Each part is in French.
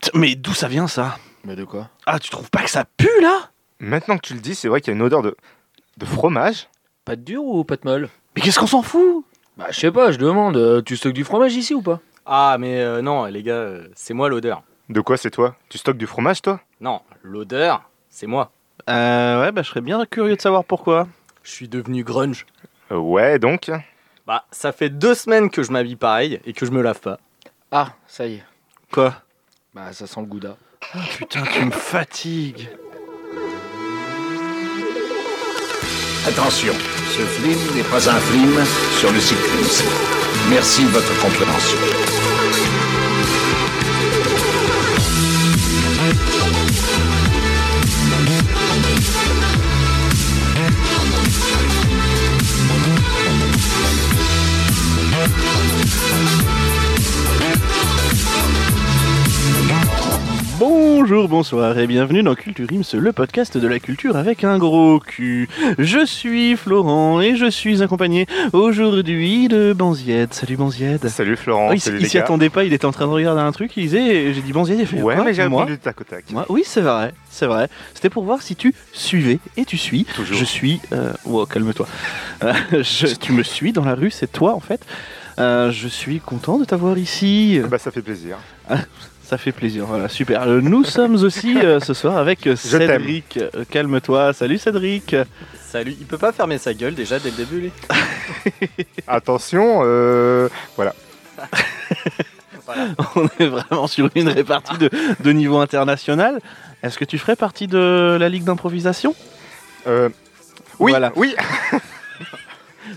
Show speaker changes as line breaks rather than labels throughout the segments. Putain, mais d'où ça vient ça
Mais de quoi
Ah, tu trouves pas que ça pue là
Maintenant que tu le dis, c'est vrai qu'il y a une odeur de, de fromage.
Pâte dure ou pâte molle
Mais qu'est-ce qu'on s'en fout
Bah, je sais pas, je demande. euh, tu stockes du fromage ici ou pas
Ah, mais euh, non, les gars, euh, c'est moi l'odeur.
De quoi c'est toi Tu stockes du fromage, toi
Non, l'odeur, c'est moi.
Euh, ouais, bah je serais bien curieux de savoir pourquoi.
Je suis devenu grunge.
Euh, Ouais, donc.
Bah, ça fait deux semaines que je m'habille pareil et que je me lave pas.
Ah, ça y est.
Quoi
Bah, ça sent le gouda.
Putain, tu me fatigues.
Attention, ce film n'est pas un film sur le cyclisme. Merci de votre compréhension.
Bonjour, bonsoir et bienvenue dans Culture Ims, le podcast de la culture avec un gros cul. Je suis Florent et je suis accompagné aujourd'hui de Banziette. Salut Banziette.
Salut Florent,
Oh, il s-
salut
il
les
s'y
gars.
attendait pas, il était en train de regarder un truc, il disait, j'ai dit Banziette, il fait
Ouais,
quoi,
mais j'ai
moi
répondu de tac au tac.
Moi, oui, c'est vrai, c'est vrai. C'était pour voir si tu suivais et tu suis.
Toujours.
Je suis. euh, wow, calme-toi. Euh, je- tu me suis dans la rue, c'est toi en fait. Euh, je suis content de t'avoir ici.
Bah, ça fait plaisir.
Ça fait plaisir, voilà, super. Euh, Nous sommes aussi euh, ce soir avec euh,
Je t'aime.
Cédric. Euh, Calme-toi, salut Cédric.
Salut, il peut pas fermer sa gueule déjà dès le début, lui
Attention, euh,
On est vraiment sur une répartie de, de niveau international. Est-ce que tu ferais partie de la ligue d'improvisation
euh, Oui,
Voilà.
oui,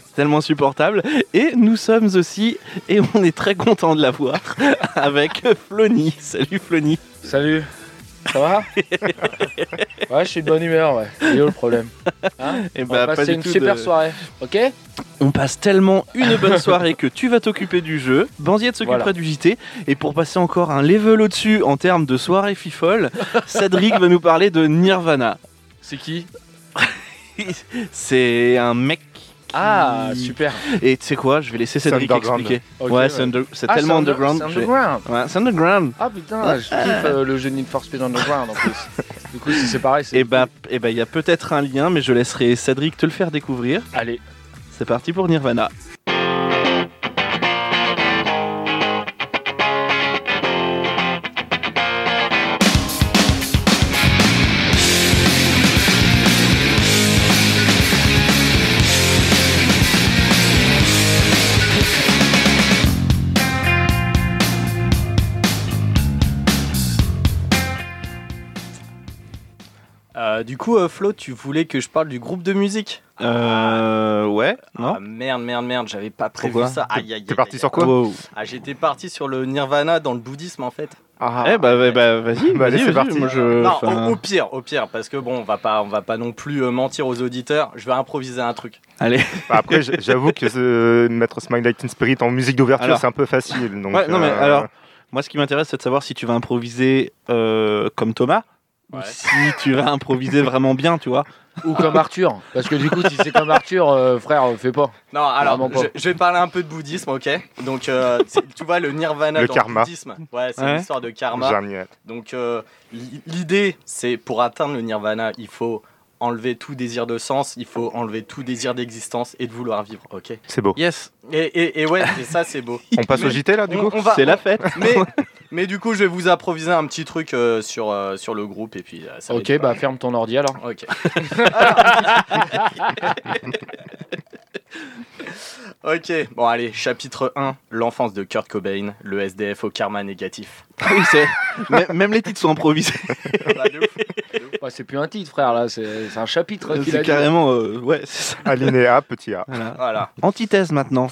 C'est tellement supportable. Et nous sommes aussi, et on est très content de la voir, avec Flony. Salut Flony.
Salut. Ça va Ouais, je suis de bonne humeur, ouais. Il est où le problème Hein
Et
On va passer une super soirée, ok
On passe tellement une bonne soirée que tu vas t'occuper du jeu, Banziette s'occupera
Voilà.
du JT, et pour passer encore un level au-dessus en termes de soirée fifole, Cédric va nous parler de Nirvana.
C'est qui
C'est un mec. qui-
Ah, super.
Et tu sais quoi, je vais laisser
C'est
Cédric
underground.
expliquer.
Ok,
Hmm. ouais, c'est under- c'est
Ah,
tellement
c'est under-
underground.
c'est
que-
underground.
Ouais, c'est underground.
Ah putain, je kiffe euh, le jeu Need for Speed Underground en plus. Du coup, si c'est pareil, c'est.
Et bah, et bah, il y a peut-être un lien, mais je laisserai Cédric te le faire découvrir.
Allez.
C'est parti pour Nirvana.
Euh, Du coup, euh, Flo, tu voulais que je parle du groupe de musique
Euh. Ouais, non
Ah merde, merde, merde, j'avais pas prévu
Pourquoi
ça. Aïe, aïe, aïe,
t'es parti
aïe,
sur
aïe.
quoi
Wow.
Ah, j'étais parti sur le nirvana dans le bouddhisme en fait. Euh,
Ah,
Eh bah, bah, bah, vas-y,
Bah, allez,
vas-y,
c'est
vas-y,
parti.
Moi, je.
non,
enfin,
au, au pire, au pire, parce que bon, on va pas, on va pas non plus euh, mentir aux auditeurs. Je vais improviser un truc.
Allez.
bah, après, j- j'avoue que ce- mettre Smile Light in Spirit en musique d'ouverture,
Alors.
c'est un peu facile. Donc,
Ouais, non, mais
euh,
alors, Moi, ce qui m'intéresse, c'est de savoir si tu vas improviser euh, comme Thomas ou
Ouais.
si tu vas improviser vraiment bien, tu vois.
Ou comme Arthur. Parce que du coup, si c'est comme Arthur, euh, frère, euh, fais pas.
Non, alors,
Vraiment pas.
je, je vais parler un peu de bouddhisme, ok Donc, euh, c'est- tu vois, le nirvana
Le
dans
karma.
le bouddhisme. Ouais, c'est
Ouais.
l'histoire de karma.
Génial.
Donc, euh, l- l'idée, c'est pour atteindre le nirvana, il faut enlever tout désir de sens, il faut enlever tout désir d'existence et de vouloir vivre, ok Et,
C'est beau.
Yes,
et, et ouais, et ça, c'est beau.
On passe au JT là, du
On-
coup
on va-
c'est la fête.
Mais, mais du coup, je vais vous improviser un petit truc euh, sur, euh, sur le groupe, et puis euh, ça va
Ok,
être-
bah ferme ton ordi alors.
Ok. Alors- ok, bon allez, chapitre 1, l'enfance de Kurt Cobain, le SDF au karma négatif.
Oui, c'est- Même- Même les titres sont improvisés.
Ouais, c'est plus un titre, frère, là, c'est c'est un chapitre qu'il a
C'est
dit.
carrément. euh, ouais, c'est ça.
Alinéa, petit A.
Voilà.
Voilà.
Antithèse maintenant.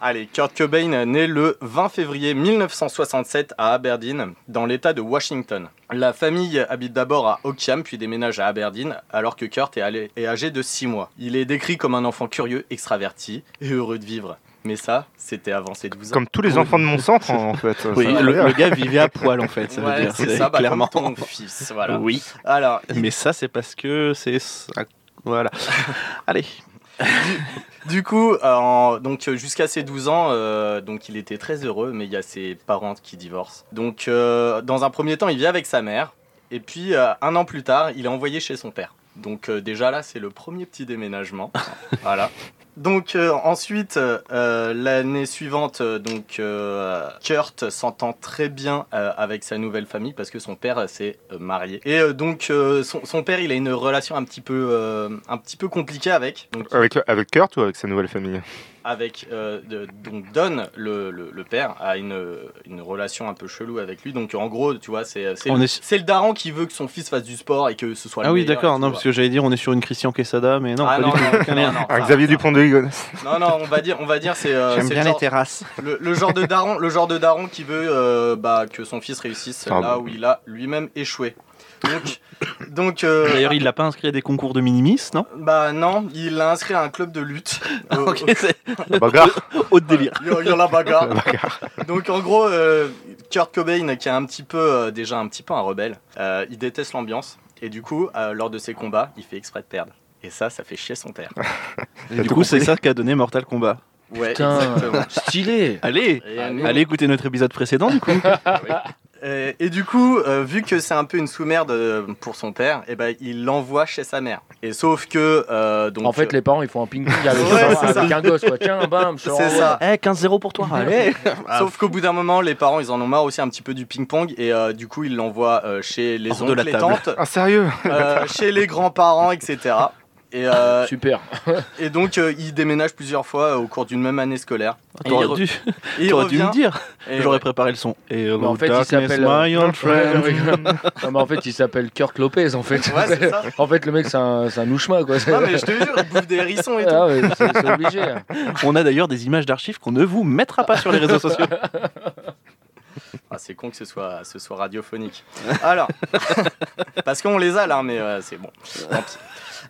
Allez, Kurt Cobain naît le 20 février 1967 à Aberdeen, dans l'état de Washington. La famille habite d'abord à Oakham, puis déménage à Aberdeen, alors que Kurt est, allé- est âgé de 6 mois. Il est décrit comme un enfant curieux, extraverti et heureux de vivre. Mais ça, c'était avant ses 12 ans.
Comme tous les enfants de mon centre, en fait.
Oui,
Ça,
le,
ouais.
le gars vivait à poil en fait, ça veut
Ouais,
dire.
c'est ça, bah,
clairement.
comme ton fils, voilà.
Oui.
Alors,
Mais ça, c'est parce que c'est. Voilà. Allez.
Du coup, euh, en- donc euh, jusqu'à ses 12 ans, euh, donc il était très heureux, mais il y a ses parents qui divorcent. Donc euh, dans un premier temps, il vit avec sa mère, et puis euh, un an plus tard, il est envoyé chez son père. Donc euh, déjà là, c'est le premier petit déménagement. voilà. Donc euh, ensuite, euh, l'année suivante, euh, donc euh, Kurt s'entend très bien euh, avec sa nouvelle famille parce que son père euh, s'est euh, marié. Et euh, donc euh, son, son père, il a une relation un petit peu, euh, un petit peu compliquée avec. Donc,
Avec, avec Kurt ou avec sa nouvelle famille
avec euh, de- donc Don le, le- le père a une, une relation un peu chelou avec lui donc en gros tu vois c'est c'est
On
le,
est su-
c'est le daron qui veut que son fils fasse du sport et que ce soit
Ah
le
oui,
meilleur et
d'accord.
tout,
Non, parce
voilà.
que j'allais dire, on est sur une Christian Quesada, mais non,
Ah
pas
non,
du tout.
non,
Aucun
non,
lien.
non,
Ah,
ça-
Xavier
ça-
Dupont de Ligonnès.
non non on va dire on va dire c'est euh, c'est le, genre-
terrasses.
le- le genre de daron le genre de daron qui veut euh, bah, que son fils réussisse
Ah
là
bon.
où il a lui-même échoué donc donc euh,
D'ailleurs, il l'a pas inscrit à des concours de minimis, non
bah non il l'a inscrit à un club de lutte Au-
Ah, Ok, c'est
La bagarre.
haut de délire.
Il y a- il y a la bagarre.
La
Donc en gros, euh, Kurt Cobain, qui est un petit peu euh, déjà un petit peu un rebelle, euh, il déteste l'ambiance et du coup, euh, lors de ses combats, il fait exprès de perdre. Et ça, ça fait chier son père.
Et du coup, c'est ça qu'a donné Mortal Kombat.
Ouais,
Putain.
exactement.
Stylé
Allez
Et, euh, nous-
Allez écouter notre épisode précédent, du coup.
Euh, et du coup, euh, vu que c'est un peu une sous-merde euh, pour son père, et ben il l'envoie chez sa mère. Et sauf que euh, donc
En fait, les parents, ils font un ping-pong avec,
Ouais,
avec
c'est ça.
un gosse, quoi. Tiens, bam, je te
c'est
renvoie.
ça.
Eh, 15-0 pour toi. allez.
euh, Sauf
Ah.
qu'au bout d'un moment, les parents, ils en ont marre aussi un petit peu du ping-pong et euh, du coup, ils l'envoient euh, chez les
Hors de
oncles,
la
les
table.
tantes,
Ah, sérieux
euh, chez les grands-parents, etc. Et, euh,
Super.
et donc, euh, il déménage plusieurs fois euh, au cours d'une même année scolaire.
Ah, T'aurais dû,
Et il
t'aurais dû
revient-
me dire.
et
J'aurais
ouais.
préparé le son. Et
Mais en fait, il s'appelle, euh,
my old friend.
non, mais en fait, il s'appelle Kirk Lopez, en fait.
Ouais, c'est ça.
en fait, le mec, c'est un, c'est un ouchma, quoi.
Non, mais je te jure, il bouffe des hérissons et tout.
Ah ouais, c'est c'est obligé. hein.
On a d'ailleurs des images d'archives qu'on ne vous mettra pas sur les réseaux sociaux.
Ah, c'est con que ce soit, ce soit radiophonique. Alors, parce qu'on les a là, mais euh, c'est bon. Tant pis.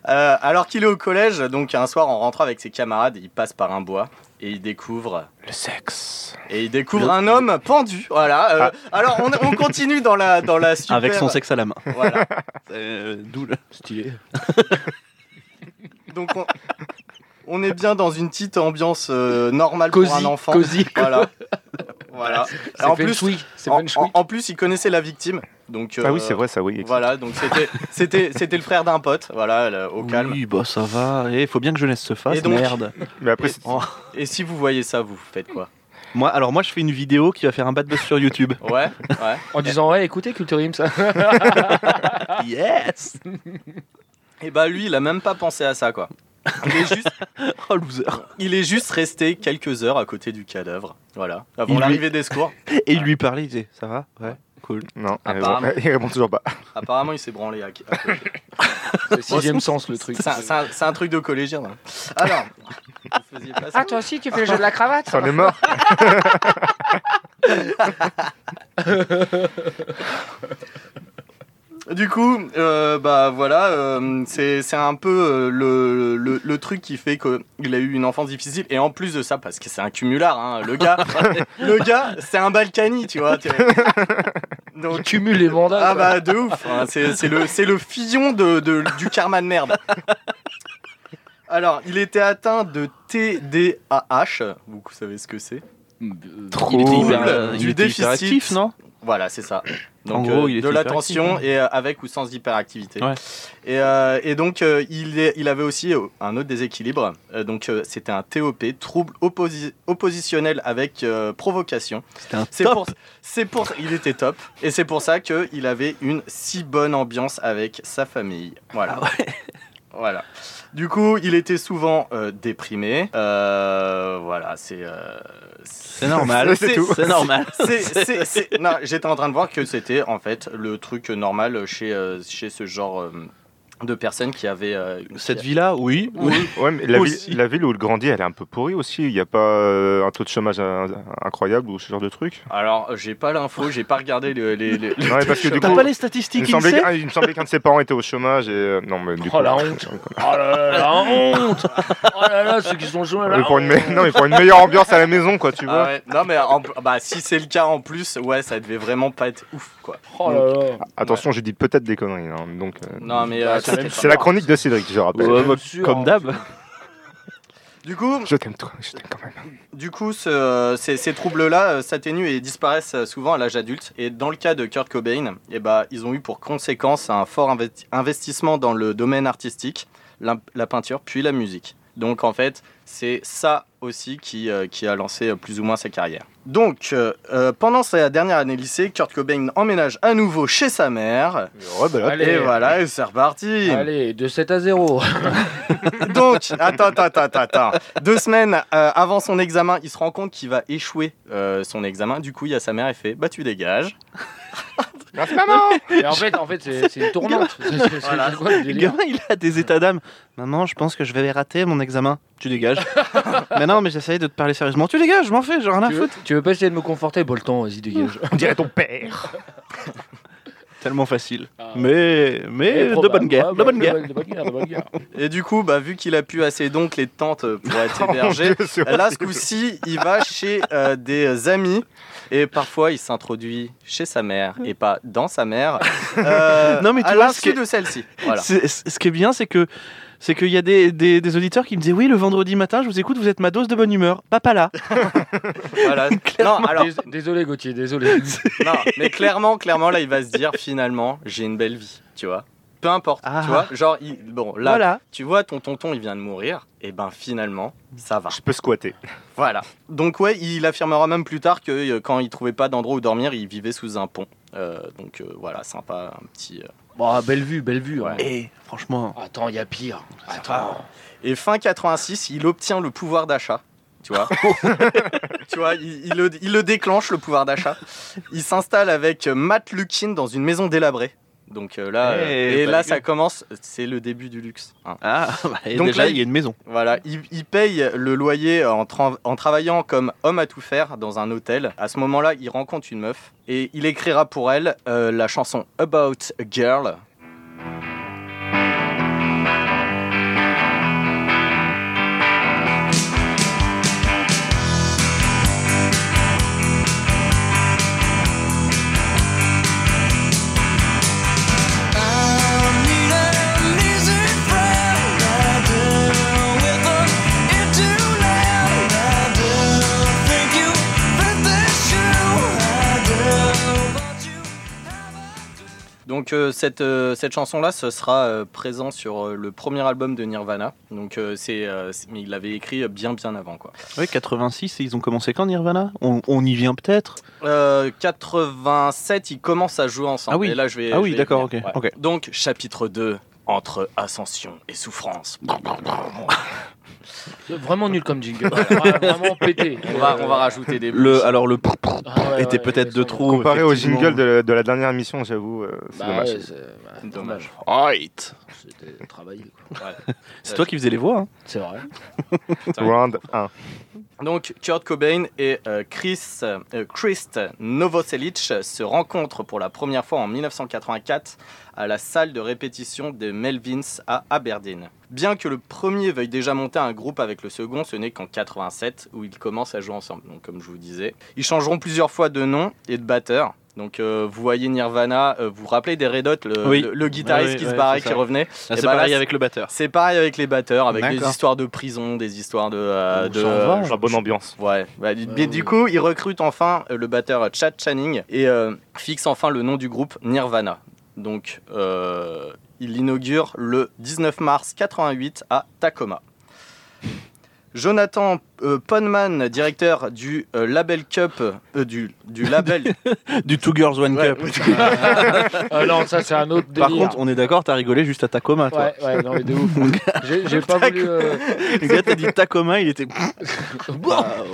Euh, alors qu'il est au collège, donc un soir en rentrant avec ses camarades, il passe par un bois et il découvre
Le sexe.
et il découvre un homme pendu. Voilà. euh, Alors on, on continue dans la dans la super.
Ah. Avec son sexe à la main.
Voilà.
Euh, D'où le-
Stylé.
Donc on, on est bien dans une petite ambiance euh, normale pour un
Cosy,
enfant.
cosy.
Voilà. voilà. Et
C'est
en
feng
plus,
shui. C'est
en,
feng shui.
en- en plus, il connaissait la victime. Donc, euh,
Ah oui, c'est vrai, ça, oui.
Voilà, donc c'était- c'était c'était le frère d'un pote, voilà, le- au calme.
Oui, bah ça va. Il faut bien que jeunesse se fasse.
Et donc-
Merde. Oh.
Mais après, c'est-
Et si vous voyez ça, vous faites quoi
Moi, alors moi, je fais une vidéo qui va faire un bad buzz sur YouTube.
Ouais, ouais.
En disant, ouais, écoutez, Culture Ims.
Ah. yes.
Et bah lui, il a même pas pensé à ça, quoi. Il est juste,
Oh loser.
il est juste resté quelques heures à côté du cadavre, voilà,
Il
avant
lui-
l'arrivée des secours.
Et il lui parlait. Il disait, ça va Ouais. Cool.
non, il
Apparemment.
répond- il répond toujours pas.
Apparemment, il s'est branlé à, à côté.
C'est sixième sens, le truc.
C'est un- c'est un, c'est un truc de collégien. hein. Alors, vous faisiez pas ça
Ah, toi aussi, tu fais le jeu de la cravate
Ça en est mort.
Du coup, euh, bah voilà, euh, c'est c'est un peu euh, le, le, le truc qui fait qu'il a eu une enfance difficile. Et en plus de ça, parce que c'est un cumulard, hein, le gars, le gars, c'est un Balkany, tu vois. t'es-
Il
Donc,
cumule les mandats. quoi.
ah bah de ouf, hein, c'est c'est le, c'est le fillon de, de- du karma de merde. Alors, il était atteint de TDAH, vous savez ce que c'est
Euh,
Il était
Cool.
hyper, euh,
Du
il était
déficit.
hyperactif, non
Voilà, c'est ça.
En
Donc
gros,
euh,
il était
de l'attention et euh, avec ou sans hyperactivité.
hein. Ouais.
Et, euh, et donc euh, il, est- il avait aussi euh, un autre déséquilibre. Euh, donc euh, c'était un TOP, trouble opposi- oppositionnel avec euh, provocation.
C'était un
C'est
top.
pour, c'est pour, il était top. Et c'est pour ça que il avait une si bonne ambiance avec sa famille. Voilà.
Ah
Voilà. Du coup, il était souvent euh, déprimé. Euh, voilà, c'est. euh,
C'est normal.
C'est tout.
C'est normal.
c'est- c'est- c'est- non, j'étais en train de voir que c'était en fait le truc normal chez, euh, chez ce genre euh, de personnes qui avaient. euh, une-
Cette vie-là, oui.
Oui.
Ouais, mais la,
Aussi.
ville, la ville où il grandit, elle est un peu pourrie aussi. Il n'y a pas euh, un taux de chômage euh, incroyable ou ce genre de truc.
Alors, j'ai pas l'info, j'ai pas regardé le- les. les- les-
Non, mais parce que du
T'as
coup,
pas les
il me
statistiques, il
semblait
sait
qu'un- il me semblait qu'un de ses parents était au chômage. Et, euh, non, mais du
Oh
coup,
la honte Oh là là, la honte Oh là là, ceux qui sont joués là
Mais pour une me- non, mais pour une meilleure ambiance à la maison, quoi, tu
Ah
vois.
ouais, Non, mais en- bah, si c'est le cas en plus, ouais, ça devait vraiment pas être ouf, quoi.
Oh là là
Attention, j'ai dit peut-être des conneries. hein, donc, euh,
Non, mais. euh,
Ah, c'est
t'inquiète
même
pas.
c'est la chronique de Cédric, je rappelle.
Ouais, bah,
Bien sûr,
Comme
hein,
d'hab.
Du coup,
Je t'aime toi, je t'aime quand même.
Du coup, ce- euh, ces, ces troubles-là euh, s'atténuent et disparaissent euh, souvent à l'âge adulte. Et dans le cas de Kurt Cobain, eh ben, ils ont eu pour conséquence un fort investi- investissement dans le domaine artistique, la, la peinture, puis la musique. Donc en fait, c'est ça aussi qui, euh, qui a lancé euh, plus ou moins sa carrière. Donc, euh, euh, pendant sa dernière année lycée, Kurt Cobain emménage à nouveau chez sa mère.
Allez.
Et voilà, et c'est reparti.
Allez, de 7 à 0.
Donc, attends, attends, attends, attends. Deux semaines euh, avant son examen, il se rend compte qu'il va échouer euh, son examen. Du coup, il y a sa mère, elle fait Bah, tu dégages.
Grâce maman
Et en fait, en fait c'est c'est une tournante. C'est- c'est- c'est
Voilà.
quoi le
Le
délire
gamin, il a des états d'âme. Maman, je pense que je vais rater mon examen. Tu dégages. mais non, mais j'essaye de te parler sérieusement. Tu dégages, je m'en fais, j'ai rien à
tu veux,
foutre.
tu veux pas essayer de me conforter Bon, le temps, vas-y, dégage.
On dirait ton père
Tellement facile.
Ah.
Mais, mais de bonne guerre, de bonne guerre.
Eh, De bonne guerre, de bonne guerre.
Et du coup, bah, vu qu'il a pu assez donc les tentes euh, pour
Oh,
être hébergé, là, ce coup-ci, il va chez euh, des amis. Et parfois, il s'introduit chez sa mère et pas dans sa mère. Euh,
Non, mais tu
à
vois,
l'insu
ce que-
de celle-ci. Voilà.
C'est- c'est- Ce qui est bien, c'est que c'est qu'il y a des, des- des auditeurs qui me disaient oui le vendredi matin je vous écoute vous êtes ma dose de bonne humeur papa là
voilà. Non, alors,
Dés- Désolé, Gauthier, désolé.
Non, mais clairement, clairement, là, il va se dire finalement, j'ai une belle vie, tu vois. Peu importe,
Ah.
tu vois. Genre, il- bon, là,
voilà
tu vois, ton tonton, il vient de mourir, et ben finalement,
Mm.
ça va.
Je peux squatter.
Voilà. Donc, ouais, il affirmera même plus tard que euh, quand il trouvait pas d'endroit où dormir, il vivait sous un pont. Euh, donc, euh, voilà, sympa, un petit. euh,
Bon, ah, belle vue, belle vue. hein.
et franchement
Attends, il y a pire. Attends.
Et fin 86, il obtient le pouvoir d'achat. Tu vois, tu vois il, il le, il le déclenche, le pouvoir d'achat. Il s'installe avec euh, Matt Lukin dans une maison délabrée. Donc euh, là, euh,
Eh,
et
pas
là
dégueu.
ça commence, c'est le début du luxe. hein.
ah bah, et
Donc
déjà
là,
il y a une maison
Voilà, il, il paye le loyer en, tra- en travaillant comme homme à tout faire dans un hôtel. À ce moment-là, il rencontre une meuf et il écrira pour elle euh, la chanson About a Girl. Donc euh, cette, euh, cette chanson-là, ce sera euh, présent sur euh, le premier album de Nirvana. Donc euh, c'est, euh, c'est- mais il l'avait écrit euh, bien bien avant quoi.
oui 86 et ils ont commencé quand Nirvana on, on y vient peut-être
Euh, 87, ils commencent à jouer ensemble.
Ah oui.
Et là je vais.
Ah oui,
je vais y
d'accord,
venir.
ok, ok.
Donc chapitre 2 entre ascension et souffrance.
Vraiment nul comme jingle. Voilà, Vraiment pété.
On va, on va rajouter des
le alors le
Ah ouais,
était
ouais,
peut-être
ouais,
de
sans
trop
Comparé au
effectivement.
jingle de la, de la dernière émission, j'avoue, euh, c'est
Bah
dommage.
ouais, c'est- bah,
Dommage.
Right.
C'était travaillé. quoi.
c'est toi qui faisais les voix hein.
C'est vrai.
putain.
Round 1.
Donc Kurt Cobain et euh, Chris euh, Christ Novoselic se rencontrent pour la première fois en 1984 à la salle de répétition des Melvins à Aberdeen. Bien que le premier veuille déjà monter un groupe avec le second, ce n'est qu'en 87 où ils commencent à jouer ensemble. Donc comme je vous disais, ils changeront plusieurs fois de nom et de batteur. Donc euh, vous voyez Nirvana, euh, vous vous rappelez des Red Hot, le,
Oui.
le- le guitariste
Ouais,
qui
ouais,
se barrait,
c'est ça.
qui revenait.
Là, c'est
ben là,
pareil
c'est-
avec le batteur
C'est pareil avec les batteurs, avec des
D'accord.
histoires de prison, des histoires de, euh,
On
de,
s'en va,
Genre bonne ambiance.
Ouais, bah, du-
Ouais,
mais
ouais.
du coup, il recrute enfin euh, le batteur Chad Channing et euh, fixe enfin le nom du groupe Nirvana. Donc, euh, il l'inaugure le 19 mars 88 à Tacoma. Jonathan euh, Ponman, directeur du euh, label Cup, euh, du, du label.
du Two Girls One
Ouais,
Cup
Ah non, ça c'est un autre délire.
par contre on est d'accord t'as rigolé juste à Tacoma toi
Ouais, ouais, non mais de ouf. J'ai j'ai pas voulu. euh,
le gars t'a dit Tacoma il était
bah,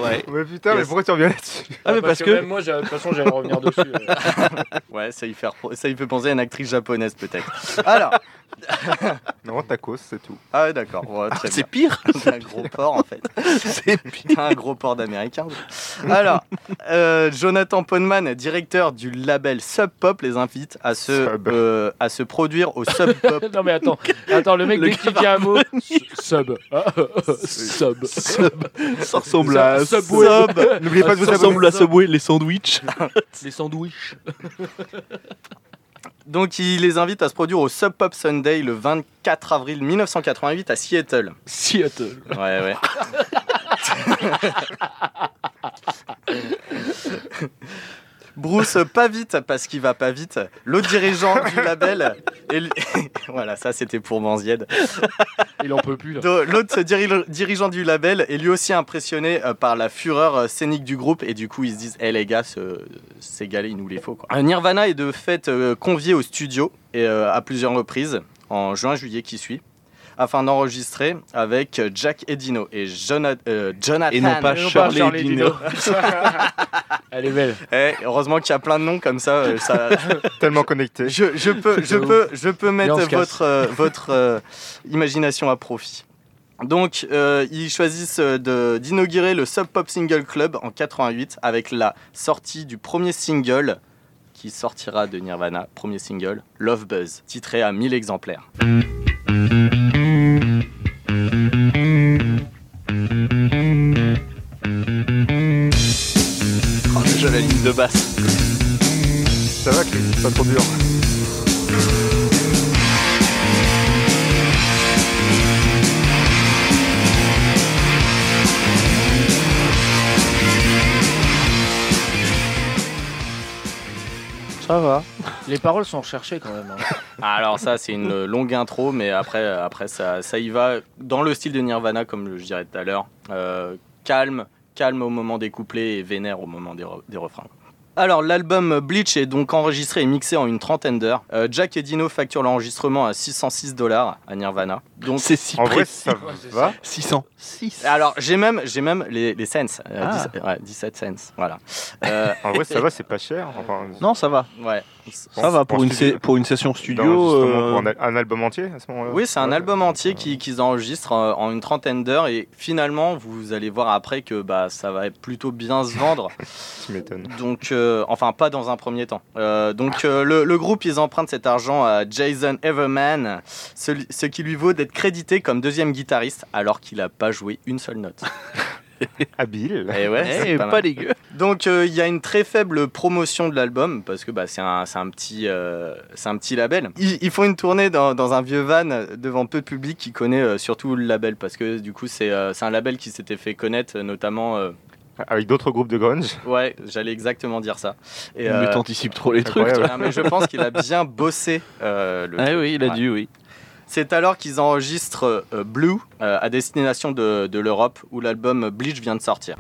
ouais
Ouais putain,
mais
mais pourquoi tu reviens là-dessus
ah mais parce que
même moi, j'ai- de toute façon, j'allais revenir dessus. euh.
ouais, ça y, fait, repro- ça y fait penser à une actrice japonaise peut-être. Alors,
Non, tacos, c'est tout.
ah ouais, d'accord, ouais, très bien.
c'est pire
C'est un gros porc en fait.
c'est
un gros port d'américain. Alors, euh, Jonathan Ponman, directeur du label Sub Pop, les invite à se,
Sub.
euh, à se produire au Sub Pop.
non mais attends, attends, le mec
Le
dès qu'il dit un mot, sub, Ah, euh, sub,
Ça ressemble à
Sub-
Subway.
Sub.
N'oubliez pas de vous
Ça ressemble
abonner.
à Subway, les sandwichs.
les sandwichs.
Donc il les invite à se produire au Sub Pop Sunday le 24 avril 1988 à Seattle.
Seattle.
Ouais, ouais. Bruce, pas vite, parce qu'il va pas vite. Le dirigeant du label. et l- voilà, ça c'était pour Manzied.
Il en peut plus là.
Do- L'autre diri- dirigeant du label est lui aussi impressionné euh, par la fureur euh, scénique du groupe et du coup ils se disent Eh les gars, ce- ces gars-là il nous les faut. Quoi. Euh, Nirvana est de fait euh, convié au studio et euh, à plusieurs reprises en juin-juillet qui suit afin d'enregistrer avec euh, Jack Edino et Jona- euh, Jonathan.
Et non pas
Et non pas
Charlie,
Charlie
Dino.
Elle est belle.
Eh, heureusement qu'il y a plein de noms comme ça. euh, ça-
Tellement connecté.
je, je peux, je
De ouf.
peux, je peux
on
mettre
se casse.
votre, euh, votre euh, imagination à profit. Donc, euh, ils choisissent euh, de- d'inaugurer le Sub Pop Single Club en 88 avec la sortie du premier single qui sortira de Nirvana, premier single, Love Buzz, titré à 1000 exemplaires. Oh, déjà la ligne de basse.
Ça va, Chris C'est Pas trop dur.
Ça va. Les paroles sont recherchées quand même. hein.
Ah, Alors ça, c'est une longue intro, mais après, après ça, ça y va dans le style de Nirvana, comme je dirais tout à l'heure. Euh, calme, calme au moment des couplets et vénère au moment des, re- des refrains. Alors l'album Bleach est donc enregistré et mixé en une trentaine d'heures. Euh, Jack et Dino facturent l'enregistrement à 606 dollars à Nirvana. Donc
C'est si
En vrai,
précis.
ça
Ouais, c'est
va.
600. 6.
alors j'ai même j'ai même les, les cents, euh,
Ah.
17, ouais, 17 cents, voilà. Euh,
En vrai, ça va, c'est pas cher. Enfin,
Non, ça va.
ouais.
Ça va pour
pense
une,
que-
sé- pour une session studio.
d'enregistrement
euh,
pour un, al- un album entier à ce moment-là
Oui, c'est un
Ouais.
album entier qui- qu'ils enregistrent euh, en une trentaine d'heures et finalement, vous allez voir après que bah, ça va plutôt bien se vendre.
Tu m'étonnes.
Donc, euh, enfin, pas dans un premier temps. Euh, donc, euh, le, le groupe, ils empruntent cet argent à Jason Everman, ce, ce qui lui vaut d'être crédité comme deuxième guitariste alors qu'il n'a pas joué une seule note.
Habile.
Et ouais, c'est
eh,
pas
pas,
mal.
dégueu.
Donc euh, il y a une très faible promotion de l'album parce que bah, c'est un, c'est un, petit, euh, c'est un petit label. Ils, ils font une tournée dans, dans un vieux van devant peu de public qui connaît euh, surtout le label parce que du coup c'est euh, c'est un label qui s'était fait connaître euh, notamment... euh,
Avec d'autres groupes de grunge.
ouais, j'allais exactement dire ça. Et,
Mais
euh,
t'anticipes trop les trucs.
incroyable.
non, mais je pense qu'il a bien bossé euh, le
Ah oui, il a
Ouais.
dû, oui.
C'est alors qu'ils enregistrent euh, Blue euh, à destination de, de l'Europe où l'album Bleach vient de sortir.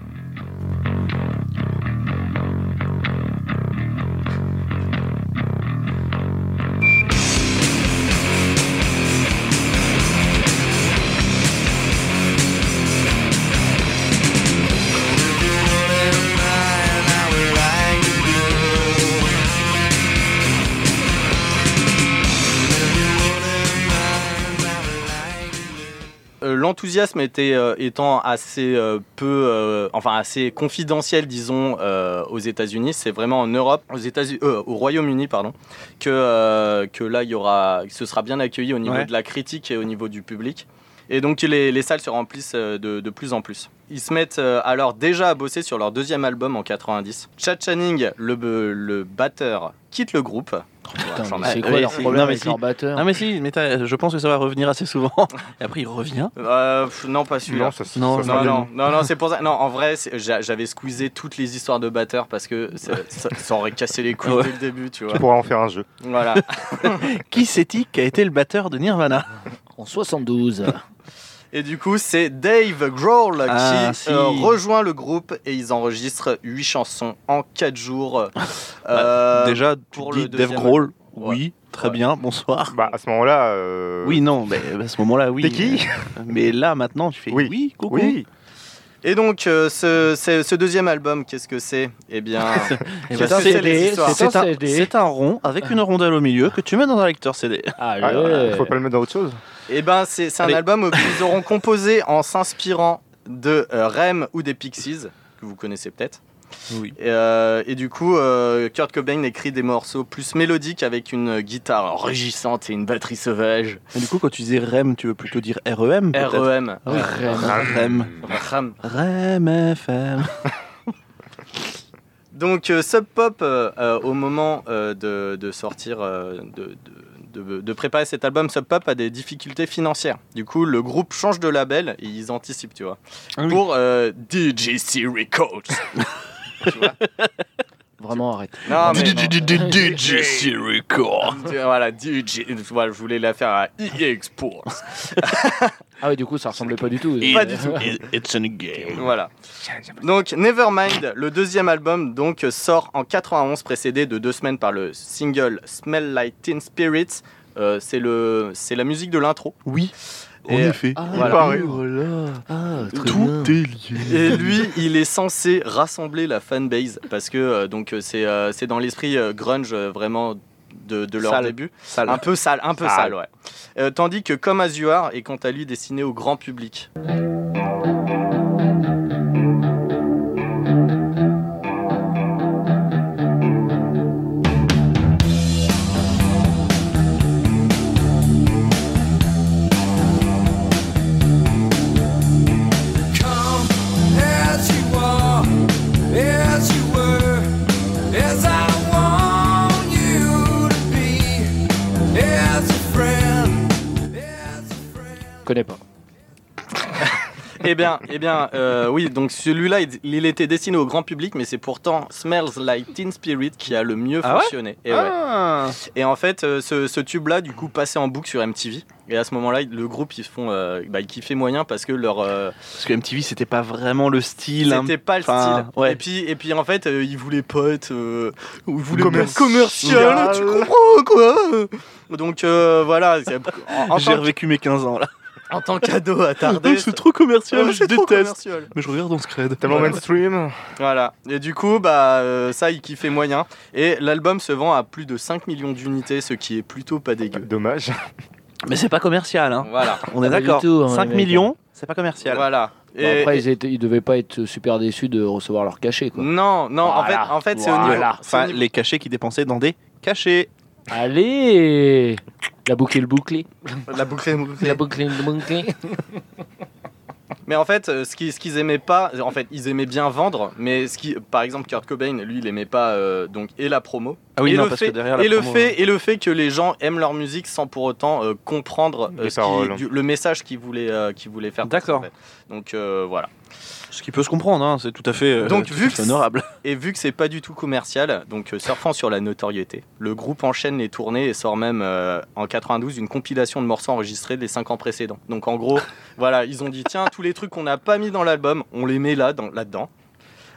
Euh, L'enthousiasme était euh, étant assez euh, peu, euh, enfin assez confidentiel, disons, euh, aux États-Unis. C'est vraiment en Europe, aux États-Unis, euh, au Royaume-Uni, pardon, que euh, que là il y aura, que ce sera bien accueilli au niveau
Ouais.
de la critique et au niveau du public. Et donc les, les salles se remplissent euh, de, de plus en plus. Ils se mettent euh, alors déjà à bosser sur leur deuxième album en 90. Chad Channing, le, be- le batteur, quitte le groupe. Ouais, j'en
Putain, mais
ai-
c'est
Ouais,
quoi leur
c'est-
problème
non, mais
avec
si.
leur batteur
Ah mais si, mais t'as- je pense que ça va revenir assez souvent. Et après, il revient.
Euh, pff, non, pas celui-là.
Non, ça, ça-
Non,
ça sent
Non,
bien.
non, non, non, c'est pour ça. Non, en vrai, c'est- j'a- j'avais squeezé toutes les histoires de batteurs parce que ça, ça- ça aurait cassé les couilles
Ouais.
dès le début, tu vois.
Tu pourras en faire un jeu.
Voilà.
Qui c'est-il qui a été le batteur de Nirvana
En 72.
Et du coup, c'est Dave Grohl
Ah,
qui
si.
euh, rejoint le groupe et ils enregistrent 8 chansons en 4 jours. Euh,
Bah, Déjà,
pour
pour
le
le Dave
deuxième-
Grohl,
Ouais.
oui, très
Ouais.
bien, bonsoir.
Bah, à ce moment-là. euh,
Oui, non, mais à ce moment-là, oui.
T'es qui
Euh, Mais là, maintenant, tu fais oui,
Oui.
coucou.
Oui.
Et donc, euh, ce, ce- ce deuxième album, qu'est-ce que c'est Eh bien,
Eh
qu'est-ce
ben,
que
c'est-
c'est les
c'est-
histoires
C'est
un
un,
CD.
c'est un rond avec une rondelle au milieu que tu mets dans un lecteur CD.
Ah,
Ah,
ouais.
Faut pas le mettre dans autre chose.
Eh ben, c'est c'est un
Allez.
album qu'ils auront composé en s'inspirant de euh, Rem ou des Pixies, que vous connaissez peut-être.
Oui.
Et, euh, et du coup, euh, Kurt Cobain écrit des morceaux plus mélodiques avec une guitare rugissante et une batterie sauvage.
Et du coup, quand tu disais REM, tu veux plutôt dire REM peut-être
REM.
Ah, ouais.
REM.
Rem.
REM FM.
Donc euh, Sub Pop, euh, euh, au moment euh, de, de sortir, euh, de, de- de- de préparer cet album, Sub Pop a des difficultés financières. Du coup, le groupe change de label et ils anticipent, tu vois.
Ah oui.
Pour euh, DJC Records.
Vraiment, arrête. Ah,
non, mais non.
DJC Record.
Tu- Voilà, DJ, voilà, je voulais la faire à E EA Exports.
Ah oui, du coup, ça ressemblait pas du tout.
Pas du tout.
It- It's a game.
Voilà. Donc Nevermind, le deuxième album, donc sort en 91, précédé de deux semaines par le single Smell Like Teen Spirits. Euh, c'est le, c'est la musique de l'intro.
Oui, en
Et,
effet.
Ah,
voilà.
pareil.
Voilà.
Ah, très bien.
Tout est lié.
et lui, il est censé rassembler la fanbase parce que euh, donc euh, c'est, euh, c'est dans l'esprit euh, grunge euh, vraiment de, de leur
Sale.
début.
Sale.
Un peu sale, un peu
Sale.
sale, ouais. Euh, tandis que Comme As You Are est quant à lui destiné au grand public.
Come as you are, as you were, as I want you to be, as a friend, as a friend.
Je connais pas.
Eh bien, eh bien euh, oui, donc celui-là, il, il était destiné au grand public, mais c'est pourtant Smells Like Teen Spirit qui a le mieux
Ah ouais
fonctionné. Et, ouais. Et en fait, euh, ce, ce tube-là, du coup, passait en boucle sur MTV. Et à ce moment-là, il- le groupe, ils font, euh, bah, ils kiffaient moyen parce que leur, euh,
Parce que MTV, c'était pas vraiment le style. hein.
c'était pas le
enfin,
style.
ouais.
Et puis, et puis en fait, euh, ils voulaient pas être, euh, ils voulaient pas être
Commercial.
commercial, tu comprends quoi Donc euh, voilà, c'est- en, en
J'ai
tant,
revécu mes 15 ans là.
en tant qu'ado attardé,
C'est trop commercial,
Ah,
je
c'est trop
déteste.
commercial.
Mais je regarde dans Scred.
Tellement mainstream.
Voilà. Et du coup, bah, euh, ça, il kiffait moyen. Et l'album se vend à plus de 5 millions d'unités, ce qui est plutôt pas dégueu.
Dommage.
Mais c'est pas commercial, hein.
Voilà.
On est
Ah, pas du
d'accord.
tout, hein,
5
les mecs.
millions, c'est pas commercial.
Voilà.
Bon,
Et-
Bah, après, ils, étaient- ils devaient pas être super déçus de recevoir leur cachet, quoi.
Non, non,
Voilà.
en fait, en fait c'est au niveau.
Voilà.
c'est au
Ah, Enfin,
niveau-
les cachets qui dépensaient dans des cachets.
Allez La boucle et le bouclé.
La boucle est bouclée.
La boucle et le bouclé.
Mais en fait, euh, ce qui- ce qu'ils aimaient pas, en fait, ils aimaient bien vendre, mais ce qui, par exemple, Kurt Cobain, lui, il aimait pas euh, donc et la promo.
Ah
et
oui, non,
le
parce
fait,
que derrière la
et le
promo- hein.
fait et le fait que les gens aiment leur musique sans pour autant euh, comprendre euh,
Les
ce qui-
paroles.
du- le message qu'ils voulaient euh, qu'ils voulaient faire. passer,
D'accord.
en fait. Donc euh, voilà.
Ce qui peut se comprendre, hein, c'est tout à fait euh,
Donc,
tout à
vu que
fait
c'est-
honorable.
Et vu que c'est pas du tout commercial, donc euh, surfant sur la notoriété, le groupe enchaîne les tournées et sort même euh, en 92 une compilation de morceaux enregistrés des 5 ans précédents. Donc en gros, voilà, ils ont dit tiens, tous les trucs qu'on n'a pas mis dans l'album, on les met là dans- là-dedans.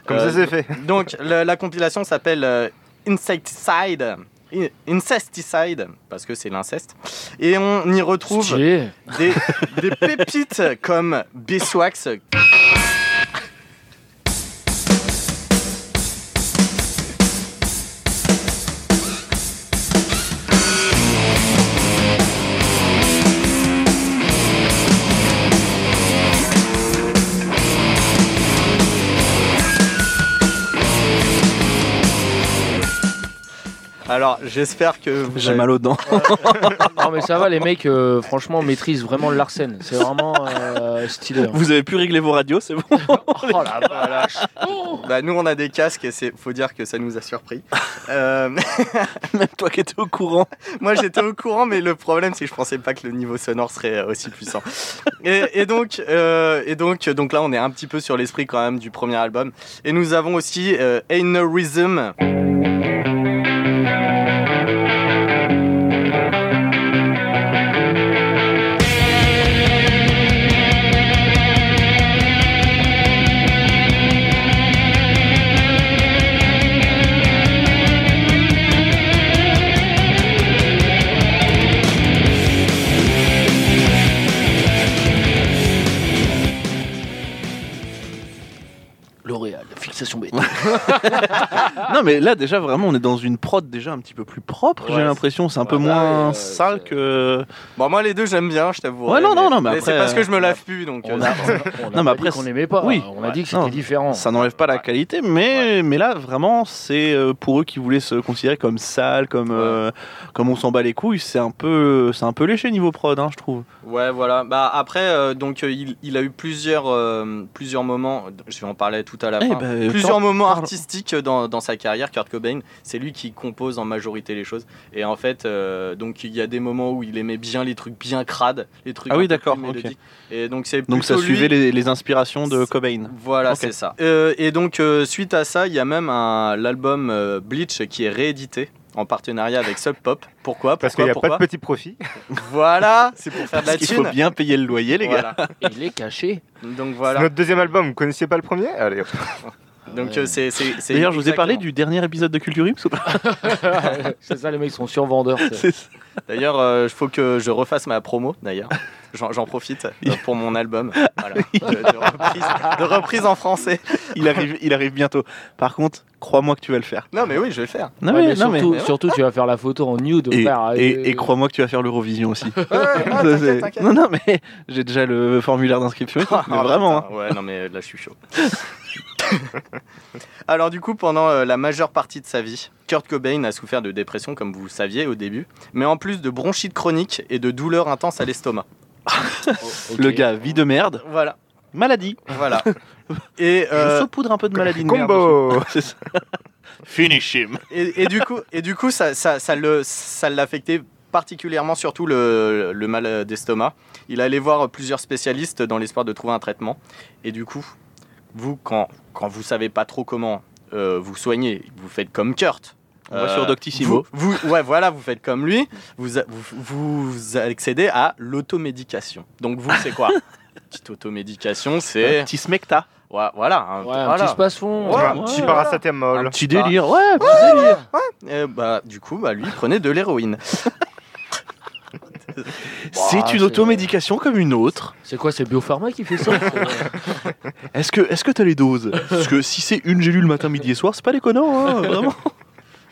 Comme
Euh,
ça, c'est fait.
Donc la, la compilation s'appelle euh, Insecticide. In- Incesticide, parce que c'est l'inceste. Et on y retrouve
Stylé.
des, des pépites comme Biswax. Alors, j'espère que vous
J'ai
avez-
mal aux dents.
Non, mais ça va, les mecs, euh, franchement, maîtrisent vraiment l'arsen. C'est vraiment euh, stylé. hein.
Vous avez pu régler vos radios, c'est bon.
Oh la vache
Bah nous on a des casques et c'est faut dire que ça nous a surpris. Euh,
Même toi qui étais au courant.
moi j'étais au courant mais le problème c'est que je pensais pas que le niveau sonore serait euh, aussi puissant. Et, et donc euh, et donc donc là on est un petit peu sur l'esprit quand même du premier album et nous avons aussi euh, Ain't No Rhythm.
L'Oréal, fixation bête.
Non, mais là, déjà, vraiment, on est dans une prod déjà un petit peu plus propre,
Ouais,
j'ai l'impression. C'est un peu
ouais,
moins
ouais, ouais,
sale
c'est-
que.
Bon moi les deux j'aime bien je t'avoue.
Ouais, non, non, non, mais après,
c'est parce que
euh,
je me lave plus donc.
On
euh,
a,
mais après,
on n'aimait pas. hein.
oui.
on a dit que
Non.
c'était différent.
Ça n'enlève pas la qualité, mais, mais là, vraiment, c'est euh, pour eux qui voulaient se considérer comme sale, comme, euh, comme on s'en bat les couilles, c'est un, peu- c'est un peu léché niveau prod, hein, je trouve.
Ouais, voilà. Bah après, euh, donc euh, il, il a eu plusieurs, euh, plusieurs moments. Je vais en parler tout à la
Eh
fin.
ben,
plusieurs
tant-
moments artistique dans, dans sa carrière, Kurt Cobain. C'est lui qui compose en majorité les choses. Et en fait, euh, donc il y a des moments où il aimait bien les trucs bien crades, les trucs
Ah
un
oui,
peu plus
d'accord, ok.
mélodiques. Et donc c'est
Donc ça
plutôt lui
suivait les, les inspirations de Cobain.
Voilà,
Ok.
c'est ça. Euh, et donc, euh, suite à ça, il y a même un- l'album euh, Bleach qui est réédité en partenariat avec Sub Pop. Pourquoi
Parce qu'il
Pourquoi
n'y a
Pourquoi
pas de petit profit.
Voilà, c'est pour faire de la
Parce qu'il faut
thune.
bien payer le loyer, les gars.
Voilà.
Il est caché.
Donc
C'est
voilà.
notre deuxième album, vous connaissiez pas le premier Allez,
Donc euh, c'est c'est- c'est-
D'ailleurs, je vous ai parlé
exactement.
du dernier épisode de Culture Ips ou pas
c'est ça, les mecs sont survendeurs. c'est-
C'est ça.
D'ailleurs, il faut que je refasse ma promo. D'ailleurs, j'en j'en profite euh, pour mon album. Voilà. De, de reprise, de reprise en français.
Il arrive, il arrive bientôt. Par contre, crois-moi que tu vas le faire.
Non, mais oui, je vais le faire.
Non,
Ouais,
mais,
mais
non, mais-
surtout, surtout, tu vas faire la photo en nude.
Et,
frère,
et-
euh,
et crois-moi que tu vas faire l'Eurovision aussi. Ça,
Ah, t'inquiète,
c'est-
t'inquiète.
non, non, mais j'ai déjà le formulaire d'inscription. et tout, mais
Ah,
vraiment. hein.
putain, Ouais, non, mais là, je suis chaud. Alors, du coup, pendant euh, la majeure partie de sa vie, Kurt Cobain a souffert de dépression, comme vous le saviez au début, mais en plus de bronchite chronique et de douleurs intenses à l'estomac.
ok.
hein. Le gars, vie de merde,
Voilà,
maladie.
voilà. Et,
Je
euh,
saupoudre un peu de maladie de merde.
combo
dessus. C'est ça. Finish him.
et, et du coup, et du coup, ça, ça, ça le, ça l'a affecté particulièrement surtout le, le mal euh, d'estomac. Il allait voir plusieurs spécialistes dans l'espoir de trouver un traitement. Et du coup, vous, quand, quand vous savez pas trop comment euh, vous soigner, vous faites comme Kurt. Euh,
On va sur Doctissimo.
Vous, vous- ouais, voilà, vous faites comme lui. Vous, a- vous, vous accédez à l'automédication. Donc vous, c'est quoi Petite automédication, c'est...
Petit smecta.
Ouais, voilà. un-
Ouais, un
voilà.
petit space-fond.
Un
Ouais.
petit
Un
paracetamol.
Petit
Bah.
délire. Ouais, petit délire.
Et bah, du coup, bah, lui, il prenait de l'héroïne.
C'est une
c'est-
automédication comme une autre.
C'est quoi, c'est Biopharma qui fait ça
Est-ce que est-ce que t'as les doses Parce que si c'est une gélule matin, midi et soir, c'est pas déconnant, hein, vraiment.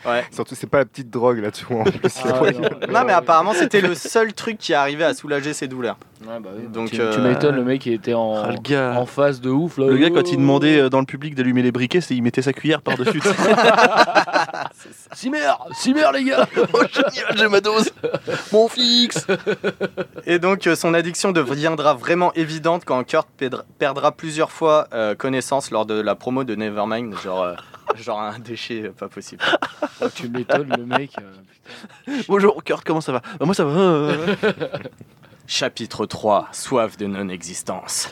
Ouais.
Surtout, c'est pas la petite drogue là-dessus. En plus,
Ah ouais,
Non, mais apparemment, c'était le seul truc qui arrivait à soulager ses douleurs.
Ouais, bah oui.
Donc,
tu,
euh,
tu m'étonnes, le mec il était en,
Ah, le gars.
en phase de ouf. Là.
Le gars, quand il demandait euh, dans le public d'allumer les briquets, c'est il mettait sa cuillère par-dessus.
Cimer Cimer, les gars
oh, génial, j'ai ma dose Mon fixe
Et donc, euh, son addiction deviendra vraiment évidente quand Kurt perdra- perdra plusieurs fois euh, connaissance lors de la promo de Nevermind. Genre, euh, genre un déchet euh, pas possible.
Oh, Tu m'étonnes, le mec. euh, putain.
Bonjour, Kurt, comment ça va Bah, Moi, ça va. euh,
Chapitre 3 Soif de non-existence.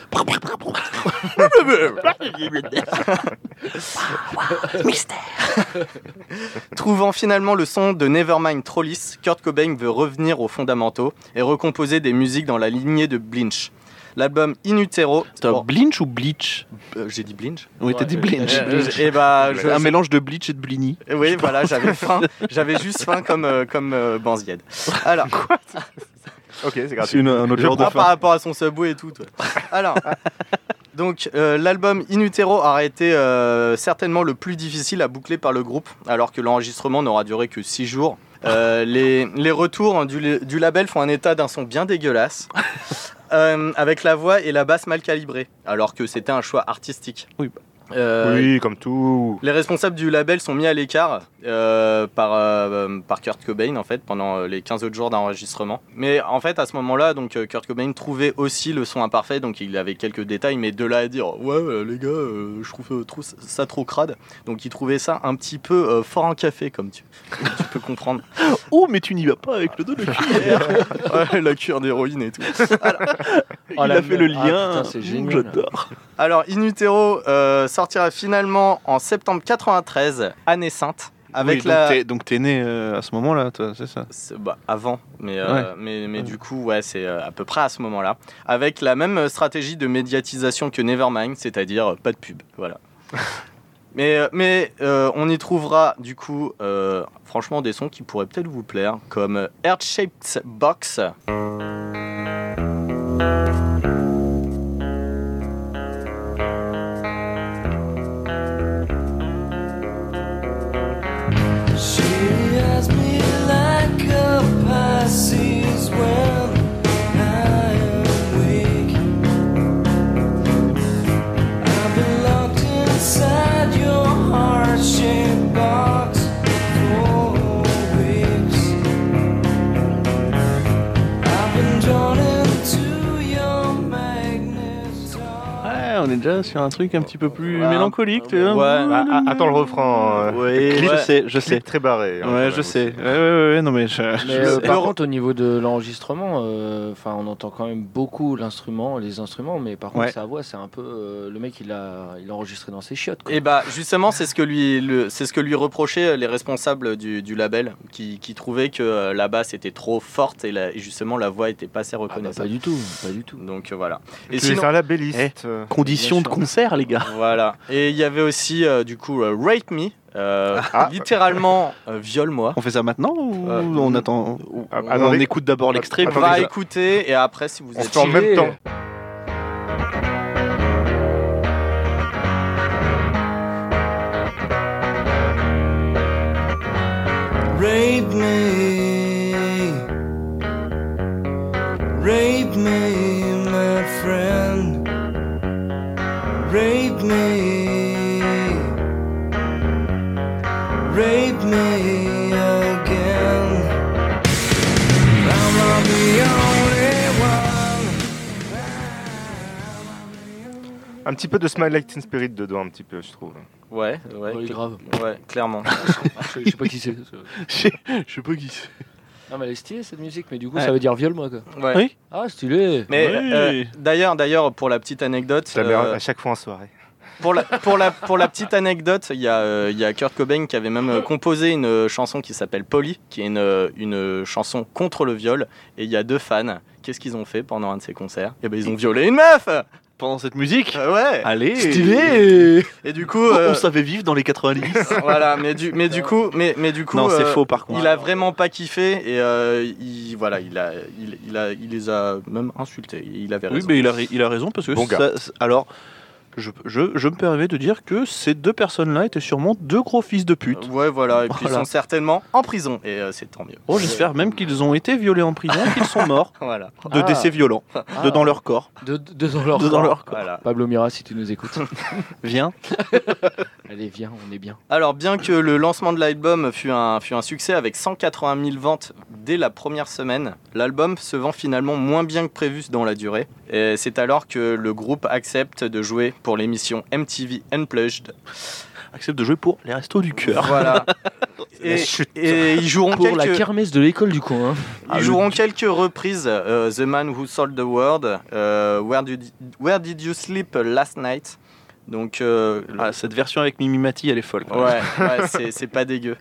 Trouvant finalement le son de Nevermind trop lisse, Kurt Cobain veut revenir aux fondamentaux et recomposer des musiques dans la lignée de Blinch. L'album In Utero.
T'as
Bon,
Blinch ou Bleach
euh, J'ai dit Blinch
On était dit
Ouais,
Blinch. ah,
euh, Blinch.
Et bah, je-
Un mélange de Bleach et de Blini.
oui, voilà, j'avais faim. J'avais juste faim comme, euh, comme euh, Banzied. Alors,
Ok, c'est
C'est
gratuit.
une- un autre genre de
Ah, par
fin.
rapport à son subway et tout. toi. Alors, donc euh, l'album In Utero a été euh, certainement le plus difficile à boucler par le groupe, alors que l'enregistrement n'aura duré que 6 jours. Euh, les, les retours du, du label font un état d'un son bien dégueulasse, euh, avec la voix et la basse mal calibrées, alors que c'était un choix artistique.
Oui.
Euh,
Oui, comme tout.
les responsables du label sont mis à l'écart euh, par, euh, par Kurt Cobain en fait pendant euh, les 15 autres jours d'enregistrement. Mais en fait à ce moment-là donc euh, Kurt Cobain trouvait aussi le son imparfait donc il avait quelques détails mais de là à dire ouais euh, les gars euh, je trouve euh, trop- ça trop crade donc il trouvait ça un petit peu euh, fort en café comme tu, comme tu peux comprendre.
Oh, mais tu n'y vas pas avec le dos de cuillère
Ouais, la cure d'héroïne et tout.
Oh,
Il
la
a fait le
merde. Ah,
lien.
putain, c'est
Mmh,
génial.
J'adore.
Alors In Utero euh, sortira finalement en septembre 93 année sainte avec
Oui, donc
la
t'es- Donc, t'es né euh, à ce moment-là, toi, c'est ça
C'est- bah, avant, mais, euh, mais, mais du coup, ouais, c'est euh, à peu près à ce moment-là. Avec la même euh, stratégie de médiatisation que Nevermind, c'est-à-dire euh, pas de pub. Voilà. mais euh, mais euh, on y trouvera, du coup, euh, franchement, des sons qui pourraient peut-être vous plaire, comme euh, Earth-Shaped Box.
She has me like a Pisces when I am weak. I've been locked inside your heart-shaped box for weeks. I've been drawn into your
on est déjà sur un truc un petit peu plus
Ouais,
mélancolique, tu
ouais.
vois.
Ouais.
Ah, attends le refrain. euh,
bah, Oui,
clip-
je sais, je sais.
clip très barré. hein, quand
Ouais,
même
je
aussi.
sais. Ouais, ouais, ouais, ouais, non mais je. je
Mais euh,
sais.
par contre, au niveau de l'enregistrement, euh, enfin, on entend quand même beaucoup l'instrument, les instruments, mais par contre,
Ouais.
sa voix, c'est un peu euh, le mec, il a, il a enregistré dans ses chiottes.
Eh
quoi.
ben,
Et bah justement, c'est ce que lui, le- c'est ce que lui reprochaient euh, les responsables du, du label, qui, qui trouvaient que euh, la basse était trop forte et, la- et justement la voix était pas assez
Ah bah,
reconnaissable.
pas du tout, pas du tout.
Donc euh, voilà.
Tu
Et
es
sinon,
un labelliste. Ah,
Conditions
Bien
de
sûr.
concert, les gars.
voilà. Et il y avait aussi euh, du coup euh, Rape Me, euh,
Ah.
littéralement euh, viole-moi.
On fait ça maintenant ou
Euh,
on attend
Ah,
On,
attendez.
écoute d'abord l'extrait.
Attendez,
Va
je-
écouter Bah, et après si vous
On se
êtes
fait en même
stylé.
temps.
Rape me. Rape me, my friend. Rape me. Rape me again. I'm not the only one.
Un petit peu de Smile Like Teen Spirit dedans, un petit peu, je trouve.
Euh,
Ouais, ouais,
Ouais, grave.
cl- ouais, clairement.
je, je sais pas qui c'est.
Je sais pas qui c'est.
Non, mais elle est stylée cette musique, mais du coup,
Ouais.
ça veut dire viol, moi. Quoi.
Ouais.
Oui.
Ah, stylé.
Mais
Oui.
euh, d'ailleurs, d'ailleurs, pour la petite anecdote,
Ça mère
euh,
à chaque fois en soirée.
pour la pour la pour la petite anecdote, il y a euh, il y a Kurt Cobain qui avait même euh, composé une euh, chanson qui s'appelle Polly, qui est une euh, une euh, chanson contre le viol. Et il y a deux fans. Qu'est-ce qu'ils ont fait pendant un de ces concerts Eh ben, ils ont violé une meuf.
Pendant cette musique.
Euh, ouais.
Allez.
Stylé
Et du coup, euh,
On savait vivre dans les 90.
voilà. Mais du mais du coup, mais mais du coup,
non, c'est
euh,
faux par contre.
Il a vraiment pas kiffé et euh, il voilà, il a il, il a il les a même insultés. Il avait
Oui,
raison.
mais il a, ra- il a raison parce que
Bon
ça- ça- alors. Je, je- je me permets de dire que ces deux personnes-là étaient sûrement deux gros fils de pute.
Euh, Ouais, voilà, et puis
Voilà.
ils sont certainement en prison, et euh, c'est tant mieux.
Oh, j'espère même qu'ils ont été violés en prison, qu'ils sont morts
Voilà,
de
Ah.
décès violents,
Ah,
de dans leur corps.
de- de dans leur.
De dans
corps.
leur corps.
voilà.
Pablo Mira, si tu nous écoutes.
Viens.
Allez, viens, on est bien.
Alors, bien que le lancement de l'album fut un, fut un succès avec 180 000 ventes dès la première semaine, l'album se vend finalement moins bien que prévu dans la durée. Et c'est alors que le groupe accepte de jouer pour l'émission MTV Unplugged.
Accepte de jouer pour les restos du cœur.
Voilà.
La
et,
chute.
et ils joueront
Pour la
quelques-
kermesse de l'école du coin. hein.
Ils joueront quelques reprises euh, The Man Who Sold the World, euh, Where, Did- Where Did You Sleep Last Night. Donc, euh,
Ah, cette version avec Mimi Mati, elle est folle. quand même.
Ouais, ouais, c'est- c'est pas dégueu.